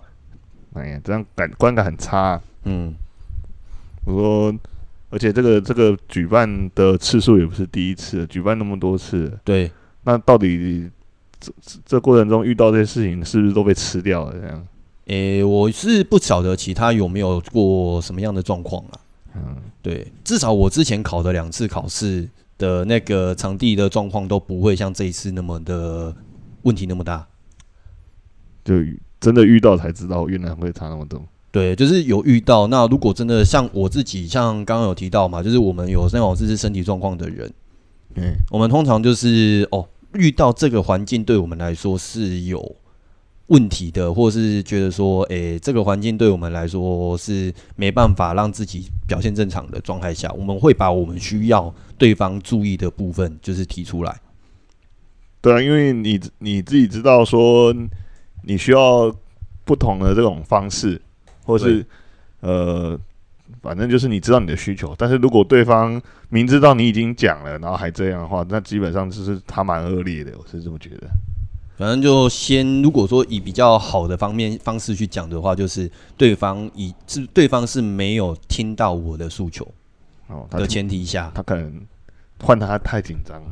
[SPEAKER 2] 哎呀，这样感观感很差啊、
[SPEAKER 1] 嗯，
[SPEAKER 2] 我说，而且这个这个举办的次数也不是第一次了，举办那么多次了，
[SPEAKER 1] 对，
[SPEAKER 2] 那到底这这这过程中遇到这些事情，是不是都被吃掉了？这样，
[SPEAKER 1] 诶、我是不晓得其他有没有过什么样的状况啊。
[SPEAKER 2] 嗯，
[SPEAKER 1] 对，至少我之前考的两次考试的那个场地的状况都不会像这一次那么的问题那么大。
[SPEAKER 2] 就真的遇到才知道，越南会差那么多。
[SPEAKER 1] 对，就是有遇到。那如果真的像我自己，像刚刚有提到嘛，就是我们有那种就是身体状况的人，
[SPEAKER 2] 嗯，
[SPEAKER 1] 我们通常就是哦，遇到这个环境对我们来说是有问题的，或是觉得说，诶、这个环境对我们来说是没办法让自己表现正常的状态下，我们会把我们需要对方注意的部分就是提出来。
[SPEAKER 2] 对啊，因为你你自己知道说，你需要不同的这种方式，或是呃，反正就是你知道你的需求。但是如果对方明知道你已经讲了，然后还这样的话，那基本上就是他蛮恶劣的，我是这么觉得。
[SPEAKER 1] 反正就先，如果说以比较好的方面方式去讲的话，就是对方以是对方是没有听到我的诉求
[SPEAKER 2] 哦，他
[SPEAKER 1] 的
[SPEAKER 2] 听
[SPEAKER 1] 前提下，
[SPEAKER 2] 他可能换他太紧张了，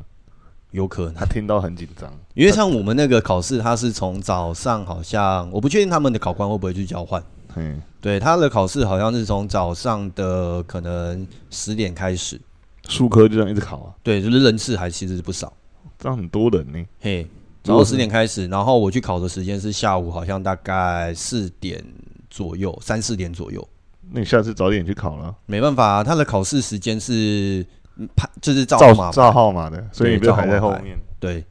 [SPEAKER 1] 有可能，
[SPEAKER 2] 他听到很紧张。
[SPEAKER 1] 因为像我们那个考试，它是从早上好像我不确定他们的考官会不会去交换，
[SPEAKER 2] 嗯，
[SPEAKER 1] 对他的考试好像是从早上的可能十点开始，
[SPEAKER 2] 数科就这样一直考啊，
[SPEAKER 1] 对，就是人次还其实不少，
[SPEAKER 2] 这样很多人呢、
[SPEAKER 1] 嘿，
[SPEAKER 2] 如
[SPEAKER 1] 然后
[SPEAKER 2] 果是
[SPEAKER 1] 十点开始，然后我去考的时间是下午好像大概四点左右，三四点左右。
[SPEAKER 2] 那你下次早点去考了，
[SPEAKER 1] 没办法、他的考试时间是嗯排，就是照
[SPEAKER 2] 照
[SPEAKER 1] 码
[SPEAKER 2] 照号码的，所以你
[SPEAKER 1] 对
[SPEAKER 2] 被排在
[SPEAKER 1] 照号
[SPEAKER 2] 后
[SPEAKER 1] 码
[SPEAKER 2] 面。
[SPEAKER 1] 对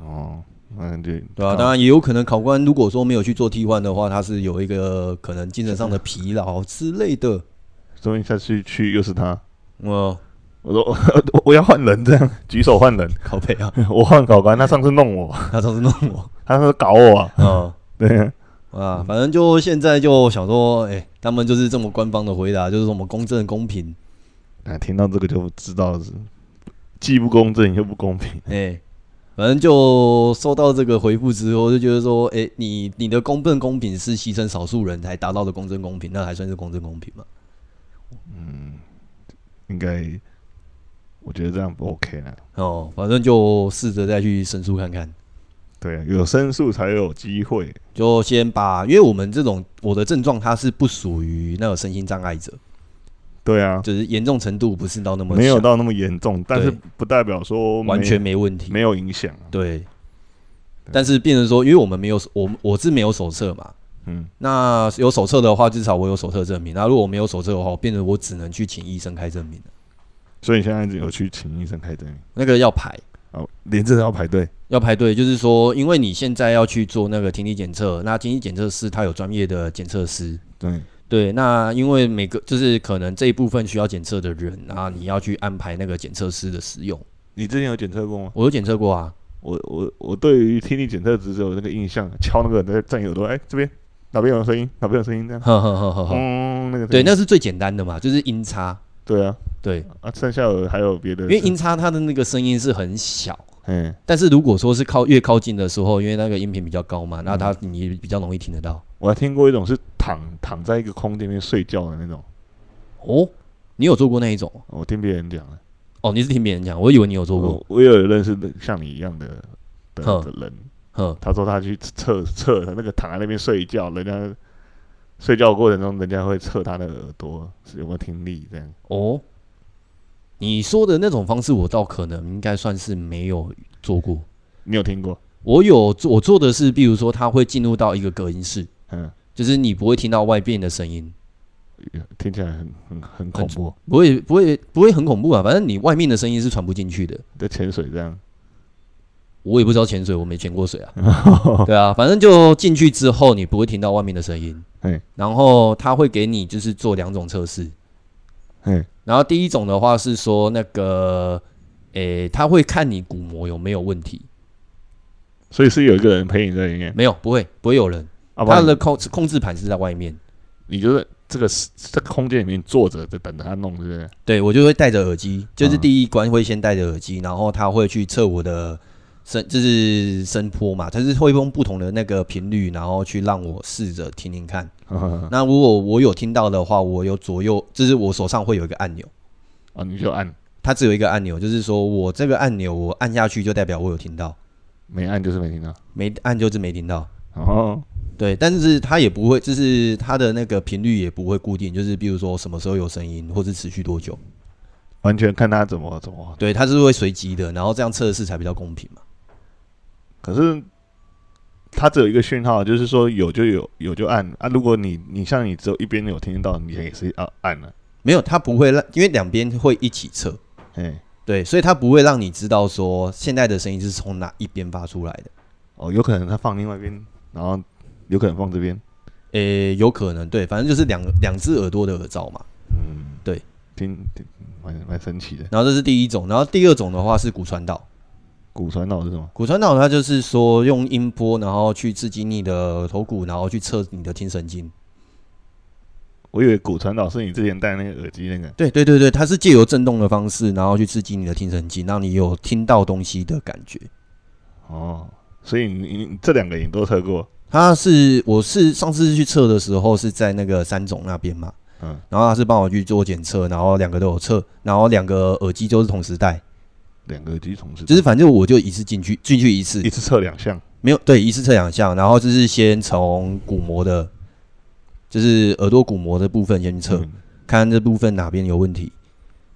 [SPEAKER 2] 哦，那就
[SPEAKER 1] 对啊，当然也有可能考官如果说没有去做替换的话，他是有一个可能精神上的疲劳之类的。
[SPEAKER 2] 说明下次去又是他，
[SPEAKER 1] 嗯，
[SPEAKER 2] 我说 <laughs> 我我要换人，这样举手换人， <laughs>
[SPEAKER 1] 靠背啊， <laughs>
[SPEAKER 2] 我换考官，他上次弄我， <laughs>
[SPEAKER 1] 他上次弄我，
[SPEAKER 2] 他上次搞我啊， <laughs>
[SPEAKER 1] 嗯。
[SPEAKER 2] 对啊，
[SPEAKER 1] <laughs> 啊，反正就现在就想说，哎、他们就是这么官方的回答，就是说我们公正公平，
[SPEAKER 2] 啊听到这个就知道是既不公正又不公平，
[SPEAKER 1] 哎、反正就收到这个回复之后，就觉得说，哎、你你的公正公平是牺牲少数人才达到的公正公平，那还算是公正公平吗？
[SPEAKER 2] 应该我觉得这样不 OK 啊呢。
[SPEAKER 1] 哦，反正就试着再去申诉看看，
[SPEAKER 2] 对啊，有申诉才有机会。
[SPEAKER 1] 就先把，因为我们这种我的症状它是不属于那个身心障碍者，
[SPEAKER 2] 对啊，
[SPEAKER 1] 就是严重程度不是到那么
[SPEAKER 2] 没有
[SPEAKER 1] 小
[SPEAKER 2] 到那么严重，但是不代表说没
[SPEAKER 1] 完全没问题，
[SPEAKER 2] 没有影响啊。
[SPEAKER 1] 对。但是变成说，因为我们没有我我是没有手册嘛，
[SPEAKER 2] 嗯，
[SPEAKER 1] 那有手册的话，至少我有手册证明。那如果没有手册的话，我变成我只能去请医生开证明了
[SPEAKER 2] 所以你现在有去请医生开证明
[SPEAKER 1] 那个要排，
[SPEAKER 2] 哦，连这都要排队。
[SPEAKER 1] 要排队，就是说，因为你现在要去做那个听力检测，那听力检测师他有专业的检测师，
[SPEAKER 2] 对，
[SPEAKER 1] 对，那因为每个就是可能这一部分需要检测的人啊，你要去安排那个检测师的使用。
[SPEAKER 2] 你之前有检测过吗？
[SPEAKER 1] 我有检测过啊，
[SPEAKER 2] 我我我对于听力检测只是有那个印象，敲那个人在站耳朵，哎，这边哪边有声音，哪边有声音这样。
[SPEAKER 1] 呵呵呵呵呵，
[SPEAKER 2] 嗯，那个声
[SPEAKER 1] 对，
[SPEAKER 2] 音
[SPEAKER 1] 那是最简单的嘛，就是音差，
[SPEAKER 2] 对啊，
[SPEAKER 1] 对，
[SPEAKER 2] 啊，剩下的还有别的，
[SPEAKER 1] 因为音差它的那个声音是很小。
[SPEAKER 2] 嗯，
[SPEAKER 1] 但是如果说是靠越靠近的时候，因为那个音频比较高嘛，那它你比较容易听得到。
[SPEAKER 2] 我还听过一种是躺躺在一个空间里面睡觉的那种，
[SPEAKER 1] 哦，你有做过那一种？
[SPEAKER 2] 我听别人讲的，
[SPEAKER 1] 哦，你是听别人讲，我以为你有做过。
[SPEAKER 2] 我我也有认识的像你一样的的
[SPEAKER 1] 哼
[SPEAKER 2] 的人，
[SPEAKER 1] 哼，
[SPEAKER 2] 他说他去测测那个躺在那边睡觉，人家睡觉过程中，人家会测他的耳朵是有没有听力，这样
[SPEAKER 1] 哦，你说的那种方式，我倒可能应该算是没有做过。
[SPEAKER 2] 你有听过？
[SPEAKER 1] 我有做，我做的是，比如说它会进入到一个隔音室，
[SPEAKER 2] 嗯，
[SPEAKER 1] 就是你不会听到外边的声音，
[SPEAKER 2] 听起来很很很恐怖，
[SPEAKER 1] 不会不会不会很恐怖啊，反正你外面的声音是传不进去的。
[SPEAKER 2] 在潜水这 <laughs> 样，
[SPEAKER 1] 我也不知道潜水，我没潜过水啊。
[SPEAKER 2] 哦
[SPEAKER 1] 对啊，反正就进去之后，你不会听到外面的声音
[SPEAKER 2] 嘿。
[SPEAKER 1] 然后他会给你就是做两种测试。
[SPEAKER 2] 嗯，
[SPEAKER 1] 然后第一种的话是说那个，诶、他会看你鼓膜有没有问题。
[SPEAKER 2] 所以是有一个人陪你在里面，
[SPEAKER 1] 没有，不会，不会有人。
[SPEAKER 2] 啊，不
[SPEAKER 1] 他
[SPEAKER 2] 然
[SPEAKER 1] 的控控制盘是在外面。
[SPEAKER 2] 你就是这个这个空间里面坐着，在等着他弄，对不对？
[SPEAKER 1] 对我就会戴着耳机，就是
[SPEAKER 2] 嗯
[SPEAKER 1] 第一关会先戴着耳机，然后他会去测我的声，就是声波嘛，他是会用不同的那个频率，然后去让我试着听听看。
[SPEAKER 2] 嗯 <laughs>
[SPEAKER 1] 那如果我有听到的话，我有左右，就是我手上会有一个按钮，
[SPEAKER 2] 啊，你就按，
[SPEAKER 1] 它只有一个按钮，就是说我这个按钮我按下去就代表我有听到，
[SPEAKER 2] 没按就是没听到。
[SPEAKER 1] 没按就是没听到。
[SPEAKER 2] 哦，
[SPEAKER 1] 对，但是它也不会，就是它的那个频率也不会固定，就是比如说什么时候有声音，或是持续多久，
[SPEAKER 2] 完全看他怎么怎么。
[SPEAKER 1] 对，它是会随机的，然后这样测试才比较公平嘛。
[SPEAKER 2] 可是他只有一个讯号，就是说有就有，有就按啊。如果你你像你只有一边有听到，你也是要按啊了、
[SPEAKER 1] 没有，它不会让，因为两边会一起测，
[SPEAKER 2] 哎，
[SPEAKER 1] 对，所以它不会让你知道说现在的声音是从哪一边发出来的。
[SPEAKER 2] 哦，有可能他放另外一边，然后有可能放这边，
[SPEAKER 1] 诶、有可能对，反正就是两两只耳朵的耳罩嘛。
[SPEAKER 2] 嗯，
[SPEAKER 1] 对
[SPEAKER 2] 挺，挺蛮蛮神奇的。
[SPEAKER 1] 然后这是第一种，然后第二种的话是骨传导。
[SPEAKER 2] 骨传导是什么？
[SPEAKER 1] 骨传导它就是说用音波，然后去刺激你的头骨，然后去测你的听神经。
[SPEAKER 2] 我以为骨传导是你之前戴那个耳机那个，
[SPEAKER 1] 对对对对，它是借由震动的方式，然后去刺激你的听神经，让你有听到东西的感觉。
[SPEAKER 2] 哦，所以你你你这两个你都测过，
[SPEAKER 1] 它是我是上次去测的时候是在那个三种那边嘛，
[SPEAKER 2] 嗯，
[SPEAKER 1] 然后他是帮我去做检测，然后两个都有测，然后两个耳机都是同时戴，
[SPEAKER 2] 两个耳机同时，
[SPEAKER 1] 就是反正我就一次进去进去一次
[SPEAKER 2] 一，次测两项，
[SPEAKER 1] 没有对，一次测两项，然后就是先从鼓膜的，就是耳朵鼓膜的部分先测，
[SPEAKER 2] 嗯
[SPEAKER 1] 看这部分哪边有问题。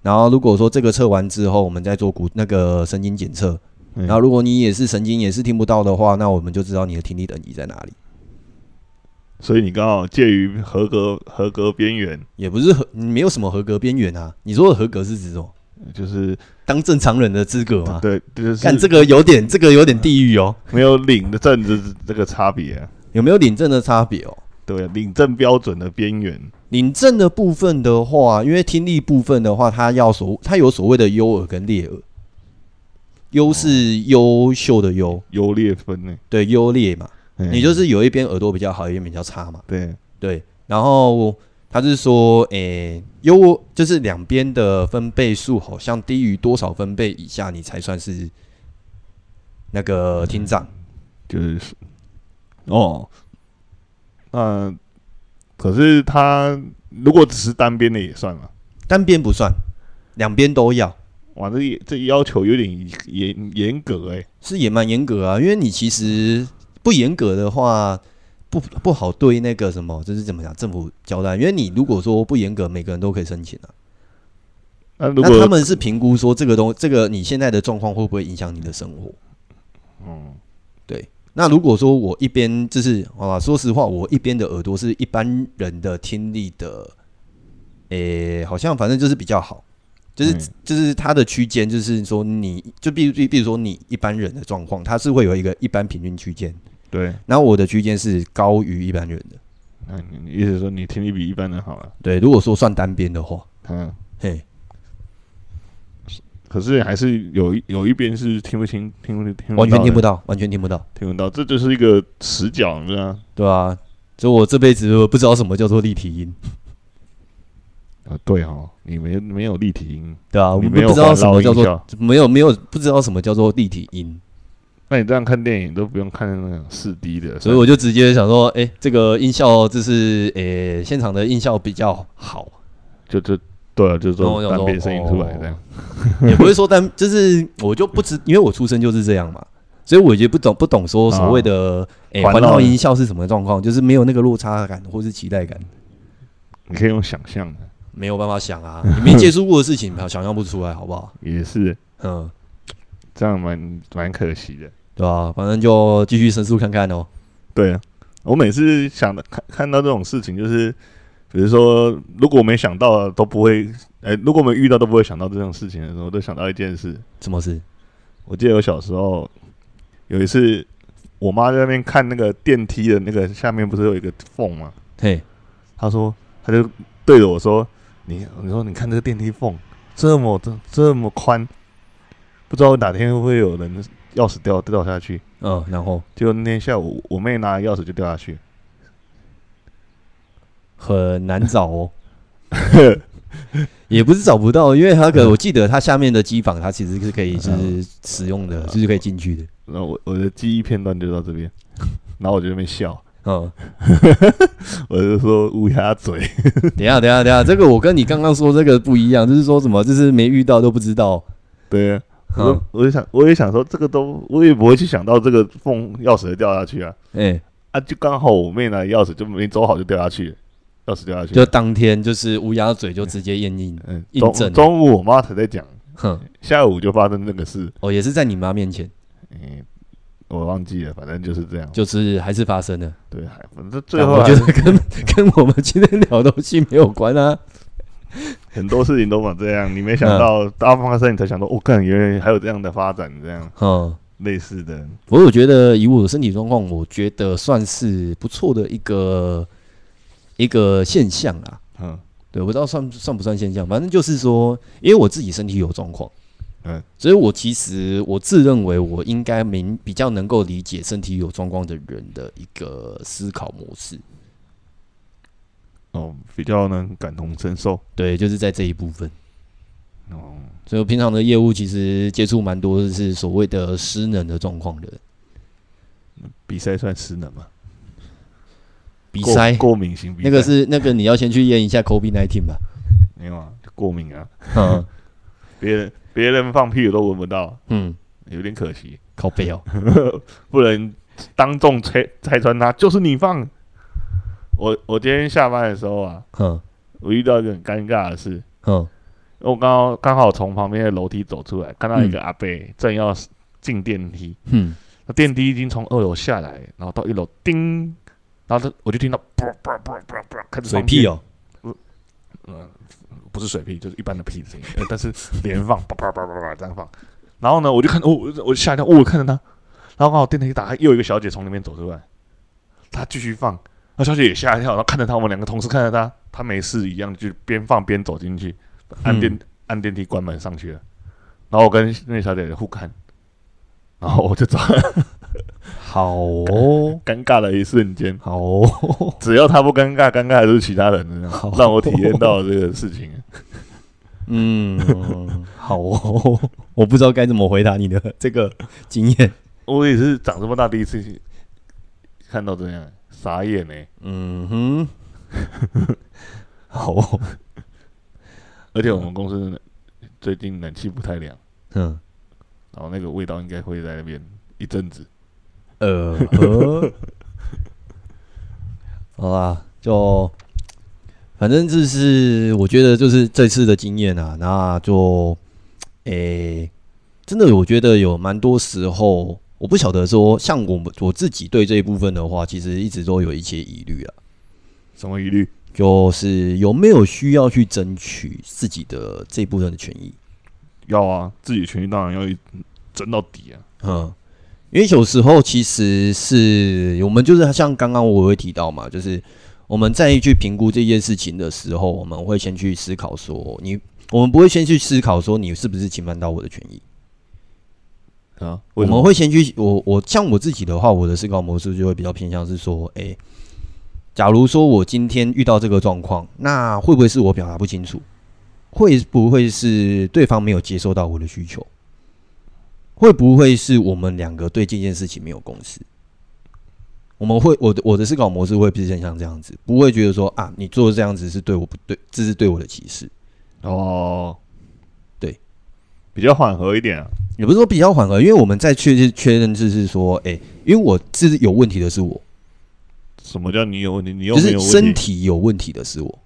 [SPEAKER 1] 然后如果说这个测完之后，我们再做骨那个神经检测。
[SPEAKER 2] 嗯
[SPEAKER 1] 然后如果你也是神经也是听不到的话，那我们就知道你的听力等级在哪里。
[SPEAKER 2] 所以你刚好介于合格合格边缘，
[SPEAKER 1] 也不是合，你没有什么合格边缘啊。你说的合格是指什么？
[SPEAKER 2] 就是
[SPEAKER 1] 当正常人的资格吗？
[SPEAKER 2] 对，就是
[SPEAKER 1] 看这个有点，这个有点地狱哦。
[SPEAKER 2] 没有领的证这这个差别啊、啊
[SPEAKER 1] 有没有领证的差别哦？
[SPEAKER 2] 对，领证标准的边缘，
[SPEAKER 1] 领证的部分的话，因为听力部分的话，它要所它有所谓的优耳跟劣耳，优
[SPEAKER 2] 哦
[SPEAKER 1] 是优秀的优，
[SPEAKER 2] 优劣分呢、
[SPEAKER 1] 对优劣嘛，
[SPEAKER 2] 嗯
[SPEAKER 1] 你就是有一边耳朵比较好，有一边比较差嘛，
[SPEAKER 2] 对，
[SPEAKER 1] 对。然后他是说，诶、优就是两边的分贝数好像低于多少分贝以下，你才算是那个听障。
[SPEAKER 2] 嗯就是哦，那可是他如果只是单边的也算了。
[SPEAKER 1] 单边不算，两边都要，
[SPEAKER 2] 哇，这也这要求有点严严格哎、
[SPEAKER 1] 是也蛮严格啊。因为你其实不严格的话，不不好对那个什么，就是怎么讲政府交代。因为你如果说不严格，每个人都可以申请啊。
[SPEAKER 2] 那如
[SPEAKER 1] 那他
[SPEAKER 2] 果
[SPEAKER 1] 们是评估说这个东这个你现在的状况会不会影响你的生活？
[SPEAKER 2] 嗯，
[SPEAKER 1] 那如果说我一边就是啊，说实话，我一边的耳朵是一般人的听力的，诶、好像反正就是比较好，就是、
[SPEAKER 2] 嗯
[SPEAKER 1] 就是它的区间，就是说你就比如比比如说你一般人的状况，它是会有一个一般平均区间，
[SPEAKER 2] 对，
[SPEAKER 1] 然后我的区间是高于一般人的。
[SPEAKER 2] 那你你意思是说你听力比一般人好了，
[SPEAKER 1] 对，如果说算单边的话，
[SPEAKER 2] 嗯，
[SPEAKER 1] 嘿，
[SPEAKER 2] 可是还是有一有一边是听不清，听不听不
[SPEAKER 1] 完全听不
[SPEAKER 2] 到
[SPEAKER 1] 到，完全听不到，
[SPEAKER 2] 的，听不到，这就是一个死角，你知道吗？
[SPEAKER 1] 对啊？所以我这辈子我不知道什么叫做立体音，
[SPEAKER 2] 啊，对哦，你没没有立体音，
[SPEAKER 1] 对啊，我
[SPEAKER 2] 你
[SPEAKER 1] 们
[SPEAKER 2] 没有
[SPEAKER 1] 不知道
[SPEAKER 2] 环
[SPEAKER 1] 什
[SPEAKER 2] 绕
[SPEAKER 1] 么叫
[SPEAKER 2] 音
[SPEAKER 1] 做
[SPEAKER 2] 效，
[SPEAKER 1] 没有没有不知道什么叫做立体音。
[SPEAKER 2] 那你这样看电影都不用看那种四 D 的，
[SPEAKER 1] 所以我就直接想说，哎、这个音效就是，哎、现场的音效比较好，
[SPEAKER 2] 就就对啊，就
[SPEAKER 1] 然后我
[SPEAKER 2] 说
[SPEAKER 1] 想
[SPEAKER 2] 单
[SPEAKER 1] 说
[SPEAKER 2] 边声音出来
[SPEAKER 1] 哦
[SPEAKER 2] 这样，
[SPEAKER 1] 也不会说单，就是我就不知，因为我出生就是这样嘛，所以我也不懂不懂说所谓的哎
[SPEAKER 2] 环
[SPEAKER 1] 环
[SPEAKER 2] 绕
[SPEAKER 1] 绕
[SPEAKER 2] 的
[SPEAKER 1] 音效是什么状况，就是没有那个落差感或是期待感，
[SPEAKER 2] 你可以用想象的，
[SPEAKER 1] 没有办法想啊，你没接触过的事情，想象不出来，好不好？
[SPEAKER 2] 也是
[SPEAKER 1] 嗯，
[SPEAKER 2] 这样蛮蛮可惜的。
[SPEAKER 1] 对吧、反正就继续申诉看看哦。
[SPEAKER 2] 对啊，我每次想的看看到这种事情，就是比如说，如果我没想到的都不会，哎、如果我们遇到都不会想到这种事情的时候，我都想到一件事。
[SPEAKER 1] 什么事？
[SPEAKER 2] 我记得我小时候有一次，我妈在那边看那个电梯的那个下面不是有一个缝吗？
[SPEAKER 1] 嘿，
[SPEAKER 2] 她说，她就对着我说：“你，你说你看这个电梯缝这么这这么宽，不知道哪天会不会有人钥匙掉掉下去。”
[SPEAKER 1] 嗯，然后
[SPEAKER 2] 结果那天下午，我妹拿钥匙就掉下去，
[SPEAKER 1] 很难找哦。 <laughs> 也不是找不到，因为它可我记得它下面的机房，它其实是可以就是使用的，就是可以进去的。
[SPEAKER 2] 然后我我的记忆片段就到这边， <laughs> 然后我就在那边笑，
[SPEAKER 1] 嗯，
[SPEAKER 2] 我就说乌鸦嘴，
[SPEAKER 1] 等一下等一下等一下，这个我跟你刚刚说这个不一样，就是说什么就是没遇到都不知道。
[SPEAKER 2] 对啊，我
[SPEAKER 1] 嗯
[SPEAKER 2] 就，我就想我也想说这个都我也不会去想到这个缝钥匙会掉下去啊
[SPEAKER 1] 哎、
[SPEAKER 2] 啊，就刚好我妹拿钥匙就没走好就掉下去了，钥匙掉下去
[SPEAKER 1] 就
[SPEAKER 2] 了，
[SPEAKER 1] 当天就是乌鸦嘴就直接验印，
[SPEAKER 2] 嗯，
[SPEAKER 1] 印
[SPEAKER 2] 中
[SPEAKER 1] 证了
[SPEAKER 2] 中午我妈才在讲，
[SPEAKER 1] 哼，
[SPEAKER 2] 下午就发生那个事，
[SPEAKER 1] 哦也是在你妈面前，
[SPEAKER 2] 嗯，我忘记了，反正就是这样，
[SPEAKER 1] 就是还是发生了。
[SPEAKER 2] 对，还反正最后
[SPEAKER 1] 我
[SPEAKER 2] 还
[SPEAKER 1] 觉
[SPEAKER 2] 是
[SPEAKER 1] 得跟 <laughs> 跟我们今天聊的东西没有关啊。
[SPEAKER 2] 很多事情都嘛这样，你没想
[SPEAKER 1] 嗯
[SPEAKER 2] 到大放生，你才想到，我看原来还有这样的发展，这样
[SPEAKER 1] 嗯，
[SPEAKER 2] 类似的，
[SPEAKER 1] 不过我觉得以我的身体状况，我觉得算是不错的一个一个现象啦。
[SPEAKER 2] 嗯
[SPEAKER 1] 对，我不知道算算不算现象，反正就是说，因为我自己身体有状况，
[SPEAKER 2] 嗯，
[SPEAKER 1] 所以我其实我自认为我应该明比较能够理解身体有状况的人的一个思考模式，
[SPEAKER 2] 哦，比较能感同身受。
[SPEAKER 1] 对，就是在这一部分。
[SPEAKER 2] 哦，
[SPEAKER 1] 所以我平常的业务其实接触蛮多是所谓的失能的状况的，
[SPEAKER 2] 比赛算失能吗？
[SPEAKER 1] 鼻塞
[SPEAKER 2] 过过敏型鼻塞
[SPEAKER 1] 那个是那个你要先去验一下 COVID nineteen 吧，
[SPEAKER 2] 没有啊，就过敏啊，
[SPEAKER 1] 嗯
[SPEAKER 2] 别人别人放屁我都闻不到，
[SPEAKER 1] 嗯，
[SPEAKER 2] 有点可惜， <laughs>
[SPEAKER 1] 靠背 <laughs> 哦，
[SPEAKER 2] 不能当众拆拆穿他，就是你放。我我今天下班的时候啊，
[SPEAKER 1] 嗯
[SPEAKER 2] 我遇到一个很尴尬的事，
[SPEAKER 1] 嗯
[SPEAKER 2] 我刚好刚好从旁边的楼梯走出来，看到一个阿伯正要进电梯，
[SPEAKER 1] 嗯，
[SPEAKER 2] 那电梯已经从二楼下来，然后到一楼，叮，然后他我就听到 <laughs> 啵啵啵啵啵开始
[SPEAKER 1] 水
[SPEAKER 2] 放
[SPEAKER 1] 屁
[SPEAKER 2] 电
[SPEAKER 1] 哦，
[SPEAKER 2] 不是水屁，就是一般的屁的声音，呃但是连放，叭叭叭叭叭这样放。然后呢，我就看，哦，我我吓一跳，哦，我看着他，然后刚好电梯一打开，又有一个小姐从里面走出来，她继续放，那小姐也吓一跳，然后看着她，我们两个同时看着她，他没事一样，就边放边走进去，按电、按电梯关门上去了。然后我跟那小姐姐互看，然后我就走，
[SPEAKER 1] 好哦，
[SPEAKER 2] 尴尬的一瞬间。
[SPEAKER 1] <laughs> 好哦，
[SPEAKER 2] 只要他不尴尬，尴尬的就是其他人，这
[SPEAKER 1] 好
[SPEAKER 2] 样让我体验到这个事情。
[SPEAKER 1] 嗯， <laughs> 好哦，我不知道该怎么回答你的这个经验。
[SPEAKER 2] 我也是长这么大第一次看到这样，傻眼欸呢、
[SPEAKER 1] 嗯哼， <laughs> 好哦，
[SPEAKER 2] 而且我们公司最近冷气不太凉，
[SPEAKER 1] 嗯，
[SPEAKER 2] 然后那个味道应该会在那边一阵子。
[SPEAKER 1] 呃呵， <laughs> 好啦，就反正这是我觉得就是这次的经验啊，那就诶、真的我觉得有蛮多时候，我不晓得说像我们我自己对这一部分的话，其实一直都有一些疑虑啊。
[SPEAKER 2] 什么疑虑？
[SPEAKER 1] 就是有没有需要去争取自己的这部分的权益？
[SPEAKER 2] 要啊，自己权益当然要一争到底啊。
[SPEAKER 1] 嗯，因为有时候其实是我们就是像刚刚我会提到嘛，就是我们在去评估这件事情的时候，我们会先去思考说你，我们不会先去思考说你是不是侵犯到我的权益，
[SPEAKER 2] 啊，
[SPEAKER 1] 我
[SPEAKER 2] 为什
[SPEAKER 1] 们
[SPEAKER 2] 么？
[SPEAKER 1] 会先去我我像我自己的话，我的思考模式就会比较偏向是说，诶、假如说我今天遇到这个状况，那会不会是我表达不清楚？会不会是对方没有接收到我的需求？会不会是我们两个对这件事情没有共识？我们会我的我的思考模式会偏向这样子，不会觉得说啊，你做这样子是对我不对，这是对我的歧视。
[SPEAKER 2] 哦，
[SPEAKER 1] 对，
[SPEAKER 2] 比较缓和一点啊。
[SPEAKER 1] 也不是说比较缓和，因为我们在确认确认就是说，诶、因为我是有问题的是我，
[SPEAKER 2] 什么叫你有问题？你又
[SPEAKER 1] 就
[SPEAKER 2] 没
[SPEAKER 1] 是
[SPEAKER 2] 有问
[SPEAKER 1] 身
[SPEAKER 2] 题，
[SPEAKER 1] 体有问题的是我，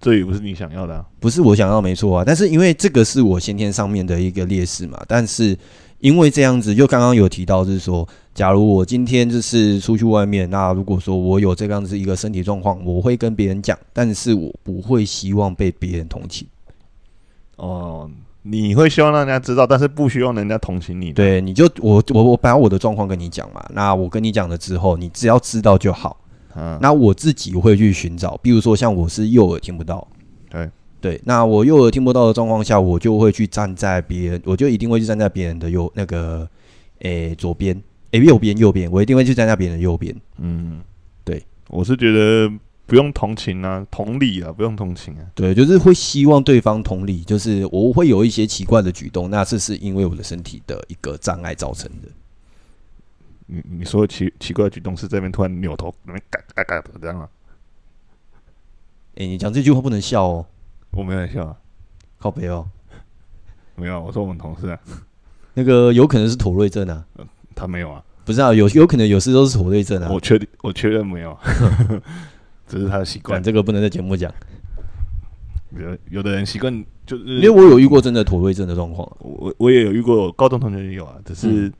[SPEAKER 2] 这也不是你想要的、啊。
[SPEAKER 1] 不是我想要没错啊。但是因为这个是我先天上面的一个劣势嘛，但是因为这样子，就刚刚有提到，就是说，假如我今天就是出去外面，那如果说我有这样子一个身体状况，我会跟别人讲，但是我不会希望被别人同情。
[SPEAKER 2] 哦，你会希望让人家知道，但是不希望人家同情你。，
[SPEAKER 1] 对，你就我我我把我的状况跟你讲嘛，那我跟你讲了之后，你只要知道就好。
[SPEAKER 2] 嗯，
[SPEAKER 1] 那我自己会去寻找，比如说像我是右耳听不到，
[SPEAKER 2] 对
[SPEAKER 1] 对，那我右耳听不到的状况下，我就会去站在别人，我就一定会去站在别人的右那个，诶、左边，诶、右边右边，我一定会去站在别人的右边。
[SPEAKER 2] 嗯，
[SPEAKER 1] 对，
[SPEAKER 2] 我是觉得不用同情啊，同理啊，不用同情啊。
[SPEAKER 1] 对，就是会希望对方同理，就是我会有一些奇怪的举动，那这是因为我的身体的一个障碍造成的。
[SPEAKER 2] 你你说的奇奇怪的举动是这边突然扭头，那边嘎嘎嘎的这样啊？
[SPEAKER 1] 诶、你讲这句话不能笑哦，
[SPEAKER 2] 我没有在笑啊，
[SPEAKER 1] 靠背哦，
[SPEAKER 2] 没有啊，我说我们同事啊，
[SPEAKER 1] 那个有可能是妥瑞症啊，
[SPEAKER 2] 他没有
[SPEAKER 1] <laughs>
[SPEAKER 2] 啊，
[SPEAKER 1] 不是啊，有有可能有时都是妥瑞症啊
[SPEAKER 2] 我，确定我确认没有
[SPEAKER 1] <laughs>
[SPEAKER 2] 啊，只是他的习惯
[SPEAKER 1] 管。这个不能在节目讲，
[SPEAKER 2] 有有的人习惯就是，
[SPEAKER 1] 因为我有遇过真的妥瑞症的状况啊。
[SPEAKER 2] 我我也有遇过，高中同学也有啊，只
[SPEAKER 1] 嗯
[SPEAKER 2] 是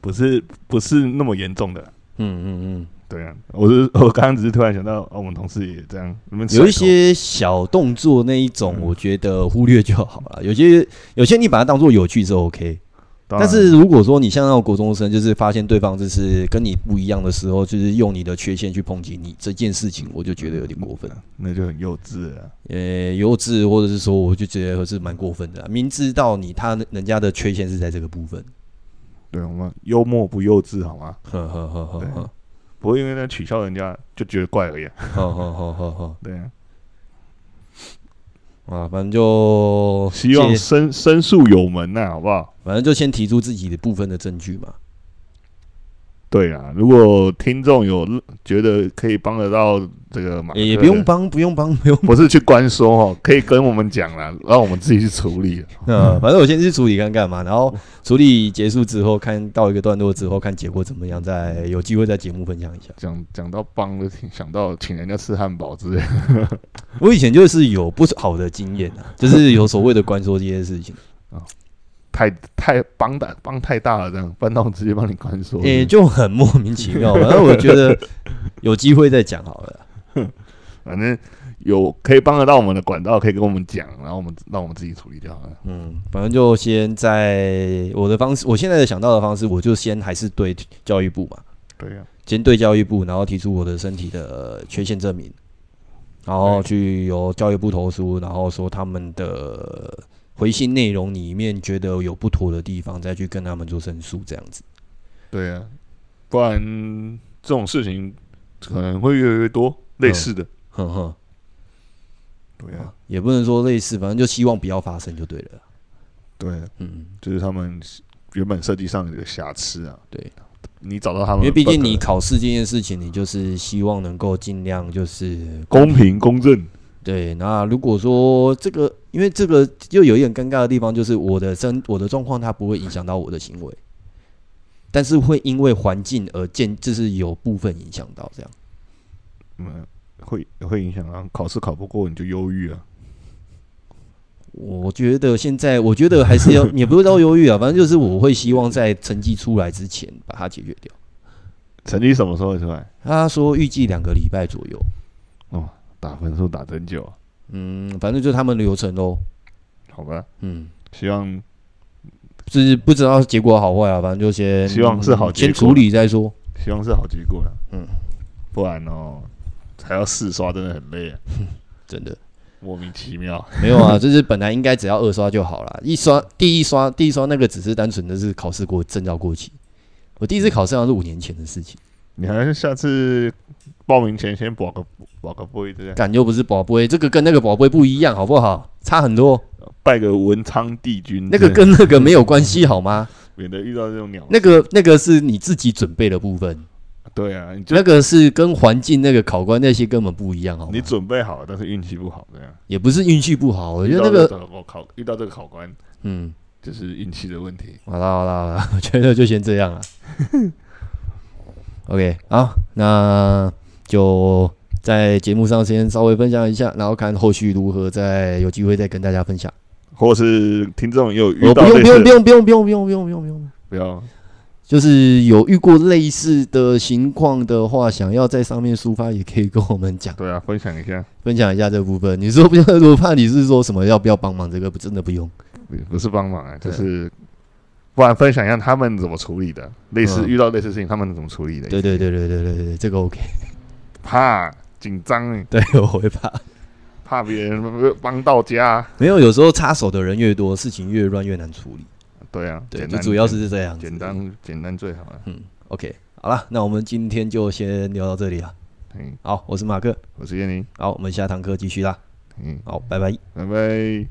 [SPEAKER 2] 不是不是那么严重的啊。
[SPEAKER 1] 嗯嗯嗯。
[SPEAKER 2] 对啊，我是我刚刚只是突然想到，哦，我们同事也这样，你们甩
[SPEAKER 1] 有
[SPEAKER 2] 头
[SPEAKER 1] 一些小动作那一种，
[SPEAKER 2] 嗯
[SPEAKER 1] 我觉得忽略就好了。有些有些你把它当做有趣是 OK，
[SPEAKER 2] 当然
[SPEAKER 1] 但是如果说你像那种国中生，就是发现对方就是跟你不一样的时候，就是用你的缺陷去抨击你这件事情，我就觉得有点过分，
[SPEAKER 2] 那就很幼稚了啊。
[SPEAKER 1] 呃，幼稚或者是说，我就觉得是蛮过分的啊。明知道你他人家的缺陷是在这个部分，
[SPEAKER 2] 对，我们幽默不幼稚好吗？
[SPEAKER 1] 呵呵呵呵
[SPEAKER 2] 对
[SPEAKER 1] 呵
[SPEAKER 2] 不会因为在取笑人家就觉得怪而已啊。
[SPEAKER 1] 呵呵呵呵呵
[SPEAKER 2] 对啊，
[SPEAKER 1] 啊，反正就
[SPEAKER 2] 希望
[SPEAKER 1] 借
[SPEAKER 2] 申申诉有门啊呐、好不好？
[SPEAKER 1] 反正就先提出自己的部分的证据嘛。
[SPEAKER 2] 对啊，如果听众有觉得可以帮得到这个马克的，
[SPEAKER 1] 也也不用帮，不用帮，不用
[SPEAKER 2] 不是去关说哦，可以跟我们讲啦， <laughs> 让我们自己去处理。啊
[SPEAKER 1] 嗯， <laughs> 反正我先去处理看看嘛，然后处理结束之后，看到一个段落之后，看结果怎么样，再有机会在节目分享一下。
[SPEAKER 2] 讲讲到帮的，想到请人家吃汉堡之类的， <laughs>
[SPEAKER 1] 我以前就是有不好的经验啊，就是有所谓的关说这些事情，
[SPEAKER 2] 太太帮大帮太大了，这样帮到直接帮你关说。
[SPEAKER 1] 也、就很莫名其妙。反正我觉得有机会再讲好了啦。
[SPEAKER 2] 反正有可以帮得到我们的管道，可以跟我们讲，然后我们让我们自己处理掉了。
[SPEAKER 1] 嗯，反正就先在我的方式，我现在想到的方式，我就先还是对教育部嘛，
[SPEAKER 2] 对呀、啊
[SPEAKER 1] 呃先对教育部，然后提出我的身体的缺陷证明。然后去由教育部投诉，然后说他们的回信内容里面觉得有不妥的地方，再去跟他们做申诉，这样子。
[SPEAKER 2] 对啊，不然这种事情可能会越来越多类似的。
[SPEAKER 1] 哼哼，
[SPEAKER 2] 对啊，
[SPEAKER 1] 也不能说类似，反正就希望不要发生就对了。
[SPEAKER 2] 对啊，
[SPEAKER 1] 嗯，
[SPEAKER 2] 就是他们原本设计上有瑕疵啊。
[SPEAKER 1] 对，
[SPEAKER 2] 你找到他们，
[SPEAKER 1] 因为毕竟你考试这件事情，你就是希望能够尽量就是
[SPEAKER 2] 公平公正，
[SPEAKER 1] 对，那如果说这个，因为这个又有一点尴尬的地方，就是我的身我的状况，它不会影响到我的行为，但是会因为环境而间，就是有部分影响到这样。
[SPEAKER 2] 嗯，会会影响啊。考试考不过你就忧郁啊。
[SPEAKER 1] 我觉得现在，我觉得还是要， <laughs> 也不是到忧郁啊，反正就是我会希望在成绩出来之前把它解决掉。
[SPEAKER 2] 成绩什么时候会出来？
[SPEAKER 1] 他说预计两个礼拜左右，
[SPEAKER 2] 打分数打真久啊，
[SPEAKER 1] 嗯，反正就他们的流程喽，
[SPEAKER 2] 好吧？
[SPEAKER 1] 嗯，
[SPEAKER 2] 希望
[SPEAKER 1] 就是不知道结果好坏啊，反正就先
[SPEAKER 2] 希望是好结
[SPEAKER 1] 先
[SPEAKER 2] 果
[SPEAKER 1] 处理再说。
[SPEAKER 2] 希望是好结果了。
[SPEAKER 1] 嗯，
[SPEAKER 2] 不然哦，还要四刷，真的很累啊，
[SPEAKER 1] 真的
[SPEAKER 2] 莫名其妙。
[SPEAKER 1] 没有啊，就是本来应该只要二刷就好了，一刷第一刷第一刷那个只是单纯的是考试过证照过期。我第一次考试好像是五年前的事情，
[SPEAKER 2] 你还是下次报名前先保个保个杯，对不对？
[SPEAKER 1] 感又不是宝贝，这个跟那个宝贝不一样，好不好？差很多，
[SPEAKER 2] 拜个文昌帝君，
[SPEAKER 1] 那个
[SPEAKER 2] 对
[SPEAKER 1] 跟那个没有关系，好吗？
[SPEAKER 2] 免得遇到这种鸟。
[SPEAKER 1] 那个那个是你自己准备的部分，
[SPEAKER 2] 对啊，你就
[SPEAKER 1] 那个是跟环境、那个考官那些根本不一样，好吗
[SPEAKER 2] 你？准备好，但是运气不好，这样。
[SPEAKER 1] 也不是运气不好，我觉
[SPEAKER 2] 遇
[SPEAKER 1] 得
[SPEAKER 2] 到
[SPEAKER 1] 那
[SPEAKER 2] 这
[SPEAKER 1] 个，
[SPEAKER 2] 个我考遇到这个考官，
[SPEAKER 1] 嗯，
[SPEAKER 2] 就是运气的问题。
[SPEAKER 1] 好啦好啦好啦，我觉得就先这 <laughs> 样了。OK，好，那就在节目上先稍微分享一下，然后看后续如何再有机会再跟大家分享。
[SPEAKER 2] 或是听众也有遇
[SPEAKER 1] 哦，不
[SPEAKER 2] 到
[SPEAKER 1] 用
[SPEAKER 2] 类
[SPEAKER 1] 不用
[SPEAKER 2] 似
[SPEAKER 1] 不
[SPEAKER 2] 的，
[SPEAKER 1] 用不用不用不用不用不用不用，
[SPEAKER 2] 不要
[SPEAKER 1] 就是有遇过类似的情况的话，想要在上面抒发，也可以跟我们讲。
[SPEAKER 2] 对啊，分享一下，
[SPEAKER 1] 分享一下这部分。你说不要，我怕你是说什么要不要帮忙？这个不真的不用。
[SPEAKER 2] 不不是帮忙啊，就
[SPEAKER 1] 对
[SPEAKER 2] 是不然分享一下他们怎么处理的，类似
[SPEAKER 1] 嗯
[SPEAKER 2] 遇到类似事情他们怎么处理的，
[SPEAKER 1] 对对对对对对对，这个 OK。
[SPEAKER 2] 怕紧张欸，
[SPEAKER 1] <laughs> 对，我会怕。
[SPEAKER 2] 怕别人帮到家，
[SPEAKER 1] 没有，有时候插手的人越多，事情越乱越难处理。
[SPEAKER 2] 对啊，
[SPEAKER 1] 对，
[SPEAKER 2] 简
[SPEAKER 1] 就
[SPEAKER 2] 单
[SPEAKER 1] 主要是这样子。
[SPEAKER 2] 简单简单最好了。
[SPEAKER 1] OK，好了，那我们今天就先聊到这里了。
[SPEAKER 2] 嗯，
[SPEAKER 1] 好，我是马克。
[SPEAKER 2] 我是燕宁，
[SPEAKER 1] 好，我们下堂课继续啦。
[SPEAKER 2] 嗯，
[SPEAKER 1] 好，拜拜。
[SPEAKER 2] 拜拜。